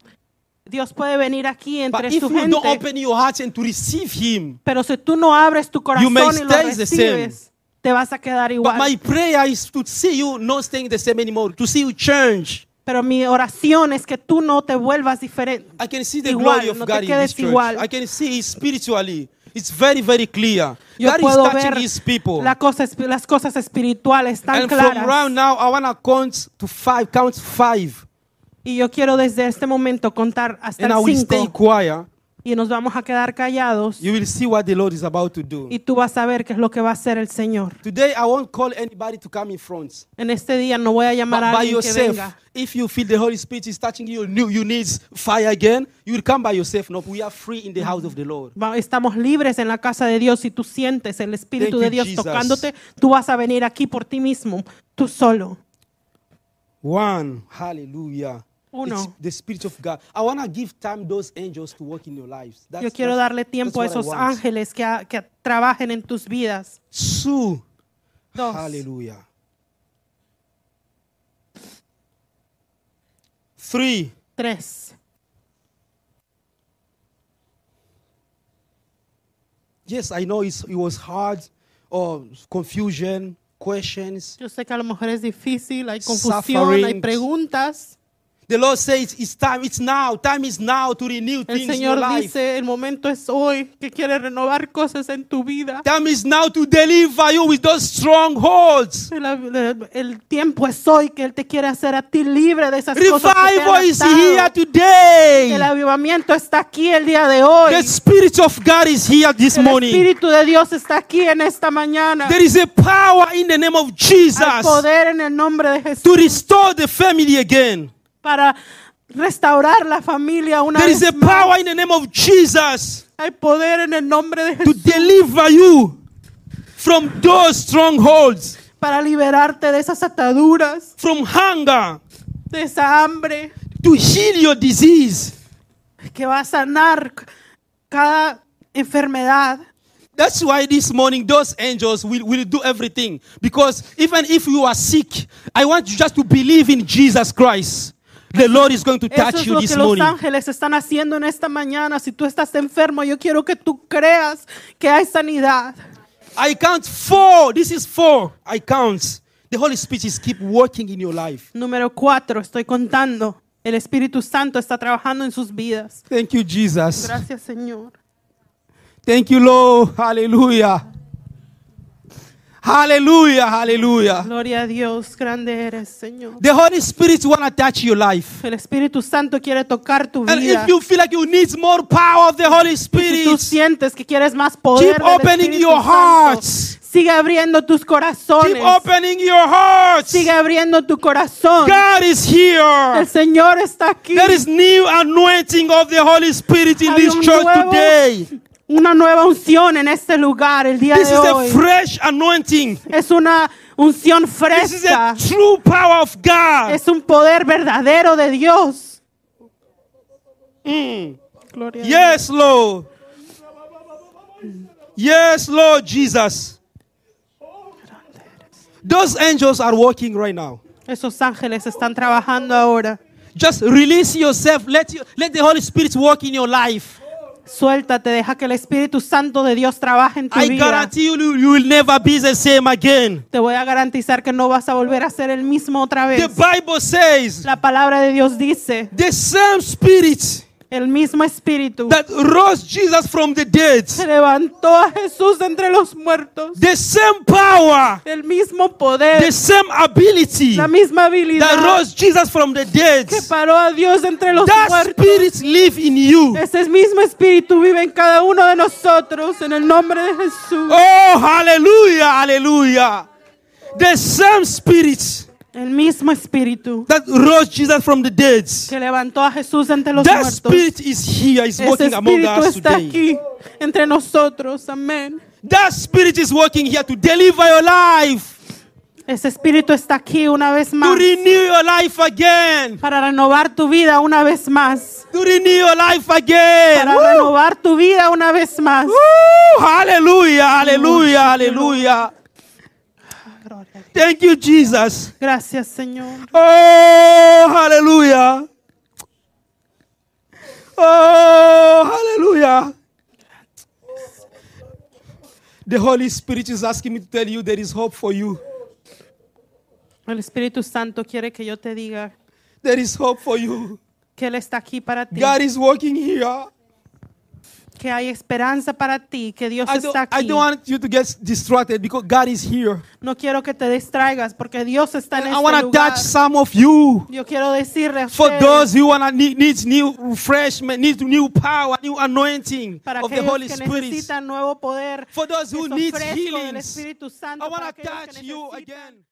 Speaker 2: Dios puede venir aquí
Speaker 1: But
Speaker 2: entre
Speaker 1: if you
Speaker 2: su gente,
Speaker 1: don't open your heart and to receive him,
Speaker 2: pero si tú no abres tu corazón
Speaker 1: may
Speaker 2: y lo
Speaker 1: stay the same.
Speaker 2: recibes, te vas a quedar
Speaker 1: But
Speaker 2: igual.
Speaker 1: my prayer is to see you not staying the same anymore, to see you change.
Speaker 2: pero mi oración es que tú no te vuelvas diferente.
Speaker 1: I can see the
Speaker 2: Igual,
Speaker 1: glory of
Speaker 2: no te
Speaker 1: God in this
Speaker 2: quedes
Speaker 1: church.
Speaker 2: igual.
Speaker 1: I can see it spiritually. It's very, very clear.
Speaker 2: Yo
Speaker 1: God is
Speaker 2: puedo
Speaker 1: touching
Speaker 2: ver
Speaker 1: his people.
Speaker 2: la cosa esp- las cosas espirituales tan
Speaker 1: And
Speaker 2: claras.
Speaker 1: from round now, I want to count to five, count five.
Speaker 2: y yo quiero desde este momento contar hasta
Speaker 1: And I
Speaker 2: el
Speaker 1: will stay
Speaker 2: 5
Speaker 1: quiet.
Speaker 2: y nos vamos a quedar callados
Speaker 1: You will see what the Lord is about to do.
Speaker 2: y tú vas a ver qué es lo que va a hacer el Señor.
Speaker 1: Today, I won't call anybody to come in front.
Speaker 2: En este día no voy a
Speaker 1: But
Speaker 2: llamar a
Speaker 1: by
Speaker 2: alguien que
Speaker 1: yourself,
Speaker 2: venga.
Speaker 1: if you feel the Holy Spirit is touching you, you you need fire again, you will come by yourself. No, we are free in the house of the Lord.
Speaker 2: Va- Estamos libres en la casa de Dios. Si tú sientes el
Speaker 1: Thank
Speaker 2: Espíritu de
Speaker 1: you,
Speaker 2: Dios
Speaker 1: Jesus.
Speaker 2: tocándote, tú vas a venir aquí por ti mismo, tú solo.
Speaker 1: One. Hallelujah.
Speaker 2: Uno.
Speaker 1: It's the Spirit of God. I want to give time those angels to work in your lives. That's,
Speaker 2: Yo quiero
Speaker 1: that's-
Speaker 2: darle tiempo a
Speaker 1: that's what
Speaker 2: esos
Speaker 1: I want.
Speaker 2: ángeles que, a- que trabajen en tus vidas.
Speaker 1: Two.
Speaker 2: Dos.
Speaker 1: Hallelujah. Three.
Speaker 2: Tres.
Speaker 1: Yes, I know it's, it was hard or confusion, questions.
Speaker 2: Yo sé que a lo mejor es difícil, hay confusión, hay
Speaker 1: Suffering.
Speaker 2: preguntas.
Speaker 1: The Lord says it's time, it's now, time is now to renew
Speaker 2: El
Speaker 1: things in your
Speaker 2: Señor
Speaker 1: life.
Speaker 2: dice, el momento es hoy, que quiere renovar cosas en tu vida.
Speaker 1: Time is now to deliver you with those strongholds.
Speaker 2: El, el- el tiempo es hoy que Él te quiere hacer a ti libre de esas cosas. que te han
Speaker 1: Revival is
Speaker 2: atado.
Speaker 1: here today.
Speaker 2: El avivamiento está aquí el día de hoy.
Speaker 1: The Spirit of God is here this
Speaker 2: El
Speaker 1: morning.
Speaker 2: Espíritu de Dios está aquí en esta mañana.
Speaker 1: There is a power in the name of
Speaker 2: Hay
Speaker 1: Jesus
Speaker 2: poder en el nombre de
Speaker 1: to
Speaker 2: Jesús
Speaker 1: restore the family again.
Speaker 2: para restaurar la familia una
Speaker 1: There is
Speaker 2: vez
Speaker 1: a
Speaker 2: más.
Speaker 1: power in the name of Jesus
Speaker 2: Hay poder en el nombre de
Speaker 1: to
Speaker 2: Jesús
Speaker 1: deliver you from those strongholds,
Speaker 2: para liberarte de esas ataduras,
Speaker 1: from hunger,
Speaker 2: de esa hambre
Speaker 1: to heal your disease.
Speaker 2: que va a sanar c- cada enfermedad.
Speaker 1: That's why this morning those angels will, will do everything. Because even if you are sick, I want you just to believe in Jesus Christ. The Lord is going to
Speaker 2: Eso
Speaker 1: touch
Speaker 2: es
Speaker 1: you
Speaker 2: lo que
Speaker 1: this
Speaker 2: los
Speaker 1: morning.
Speaker 2: ángeles están haciendo en esta mañana. Si tú estás enfermo, yo quiero que tú creas que hay sanidad.
Speaker 1: I count four. This is four. I count. The Holy Spirit is keep working in your life.
Speaker 2: Número cuatro, estoy contando. El Espíritu Santo está trabajando en sus vidas.
Speaker 1: Thank you, Jesus.
Speaker 2: Gracias, Señor.
Speaker 1: Thank you, Lord. Hallelujah. Hallelujah. Hallelujah.
Speaker 2: Gloria a Dios, grande eres, Señor.
Speaker 1: The Holy Spirit want to touch your life.
Speaker 2: El Espíritu Santo quiere tocar tu
Speaker 1: And
Speaker 2: vida.
Speaker 1: if you feel like you need more power of the Holy
Speaker 2: Si tú
Speaker 1: Spirit,
Speaker 2: sientes que quieres más poder,
Speaker 1: Keep
Speaker 2: del
Speaker 1: opening
Speaker 2: Espíritu
Speaker 1: your
Speaker 2: Santo,
Speaker 1: hearts.
Speaker 2: sigue abriendo tus corazones.
Speaker 1: keep opening your hearts.
Speaker 2: Sigue abriendo tu corazón.
Speaker 1: God is here.
Speaker 2: El Señor está aquí.
Speaker 1: There is new anointing of the Holy Spirit in
Speaker 2: Hay
Speaker 1: this
Speaker 2: un
Speaker 1: church
Speaker 2: nuevo-
Speaker 1: today.
Speaker 2: Una nueva unción en este lugar el día
Speaker 1: This is
Speaker 2: de
Speaker 1: a
Speaker 2: hoy.
Speaker 1: fresh anointing.
Speaker 2: Es una unción
Speaker 1: This is a
Speaker 2: fresca.
Speaker 1: true power of God.
Speaker 2: Es un poder verdadero de Dios. Mm. Gloria a Dios.
Speaker 1: Yes, Lord. Yes, Lord Jesus. Those angels are working right now.
Speaker 2: Esos ángeles están trabajando ahora.
Speaker 1: Just release yourself. Let you, let the Holy Spirit work in your life.
Speaker 2: Suéltate, deja que el Espíritu Santo de Dios trabaje en tu
Speaker 1: I
Speaker 2: vida.
Speaker 1: guarantee you, you will never be the same again.
Speaker 2: Te voy a garantizar que no vas a volver a ser el mismo otra vez.
Speaker 1: The Bible says
Speaker 2: La palabra de Dios dice,
Speaker 1: the same spirit
Speaker 2: el mismo Espíritu
Speaker 1: that rose Jesus from the dead,
Speaker 2: se levantó a Jesús de entre los muertos.
Speaker 1: the same power,
Speaker 2: El mismo
Speaker 1: the
Speaker 2: poder,
Speaker 1: same ability
Speaker 2: la misma
Speaker 1: that
Speaker 2: habilidad
Speaker 1: rose Jesus from the dead,
Speaker 2: que paró a Dios de entre los
Speaker 1: that
Speaker 2: muertos.
Speaker 1: spirit live in you.
Speaker 2: Ese Este mismo Espíritu vive en cada uno de nosotros en el nombre de Jesús.
Speaker 1: Oh, hallelujah, hallelujah. The same spirit
Speaker 2: El mismo Espíritu
Speaker 1: that rose Jesus from the dead,
Speaker 2: que levantó a Jesús de entre los
Speaker 1: that
Speaker 2: muertos.
Speaker 1: spirit is here, is
Speaker 2: Ese
Speaker 1: working among
Speaker 2: espíritu
Speaker 1: us
Speaker 2: está
Speaker 1: today.
Speaker 2: aquí entre nosotros, amén.
Speaker 1: That spirit is working here to deliver your life,
Speaker 2: Ese espíritu está aquí una vez
Speaker 1: to
Speaker 2: más
Speaker 1: renew your life again,
Speaker 2: para renovar tu vida una vez más,
Speaker 1: to renew your life again.
Speaker 2: para
Speaker 1: Woo!
Speaker 2: renovar tu vida una vez más.
Speaker 1: Woo! Hallelujah, hallelujah, hallelujah. Thank you, Jesus.
Speaker 2: Gracias, Señor.
Speaker 1: Oh, hallelujah. Oh, hallelujah. The Holy Spirit is asking me to tell you there is hope for you.
Speaker 2: El Espíritu Santo quiere que yo te diga
Speaker 1: There is hope for you.
Speaker 2: que él está aquí para ti,
Speaker 1: God is working here.
Speaker 2: que hay esperanza para ti, que Dios
Speaker 1: I don't,
Speaker 2: está
Speaker 1: I
Speaker 2: aquí.
Speaker 1: don't want you to get distracted because God is here.
Speaker 2: No quiero que te distraigas porque Dios está en
Speaker 1: And I
Speaker 2: este
Speaker 1: want to
Speaker 2: lugar.
Speaker 1: touch some of you.
Speaker 2: Yo quiero decirle a
Speaker 1: For
Speaker 2: ustedes,
Speaker 1: those who wanna need, needs new refreshment, needs new power, new anointing
Speaker 2: para
Speaker 1: of
Speaker 2: aquellos
Speaker 1: the Holy
Speaker 2: que
Speaker 1: Spirit.
Speaker 2: necesitan nuevo poder,
Speaker 1: For those who
Speaker 2: esos
Speaker 1: need
Speaker 2: frescos del
Speaker 1: healings,
Speaker 2: Espíritu Santo,
Speaker 1: I
Speaker 2: para
Speaker 1: want to
Speaker 2: aquellos que
Speaker 1: touch you
Speaker 2: necesitan
Speaker 1: again.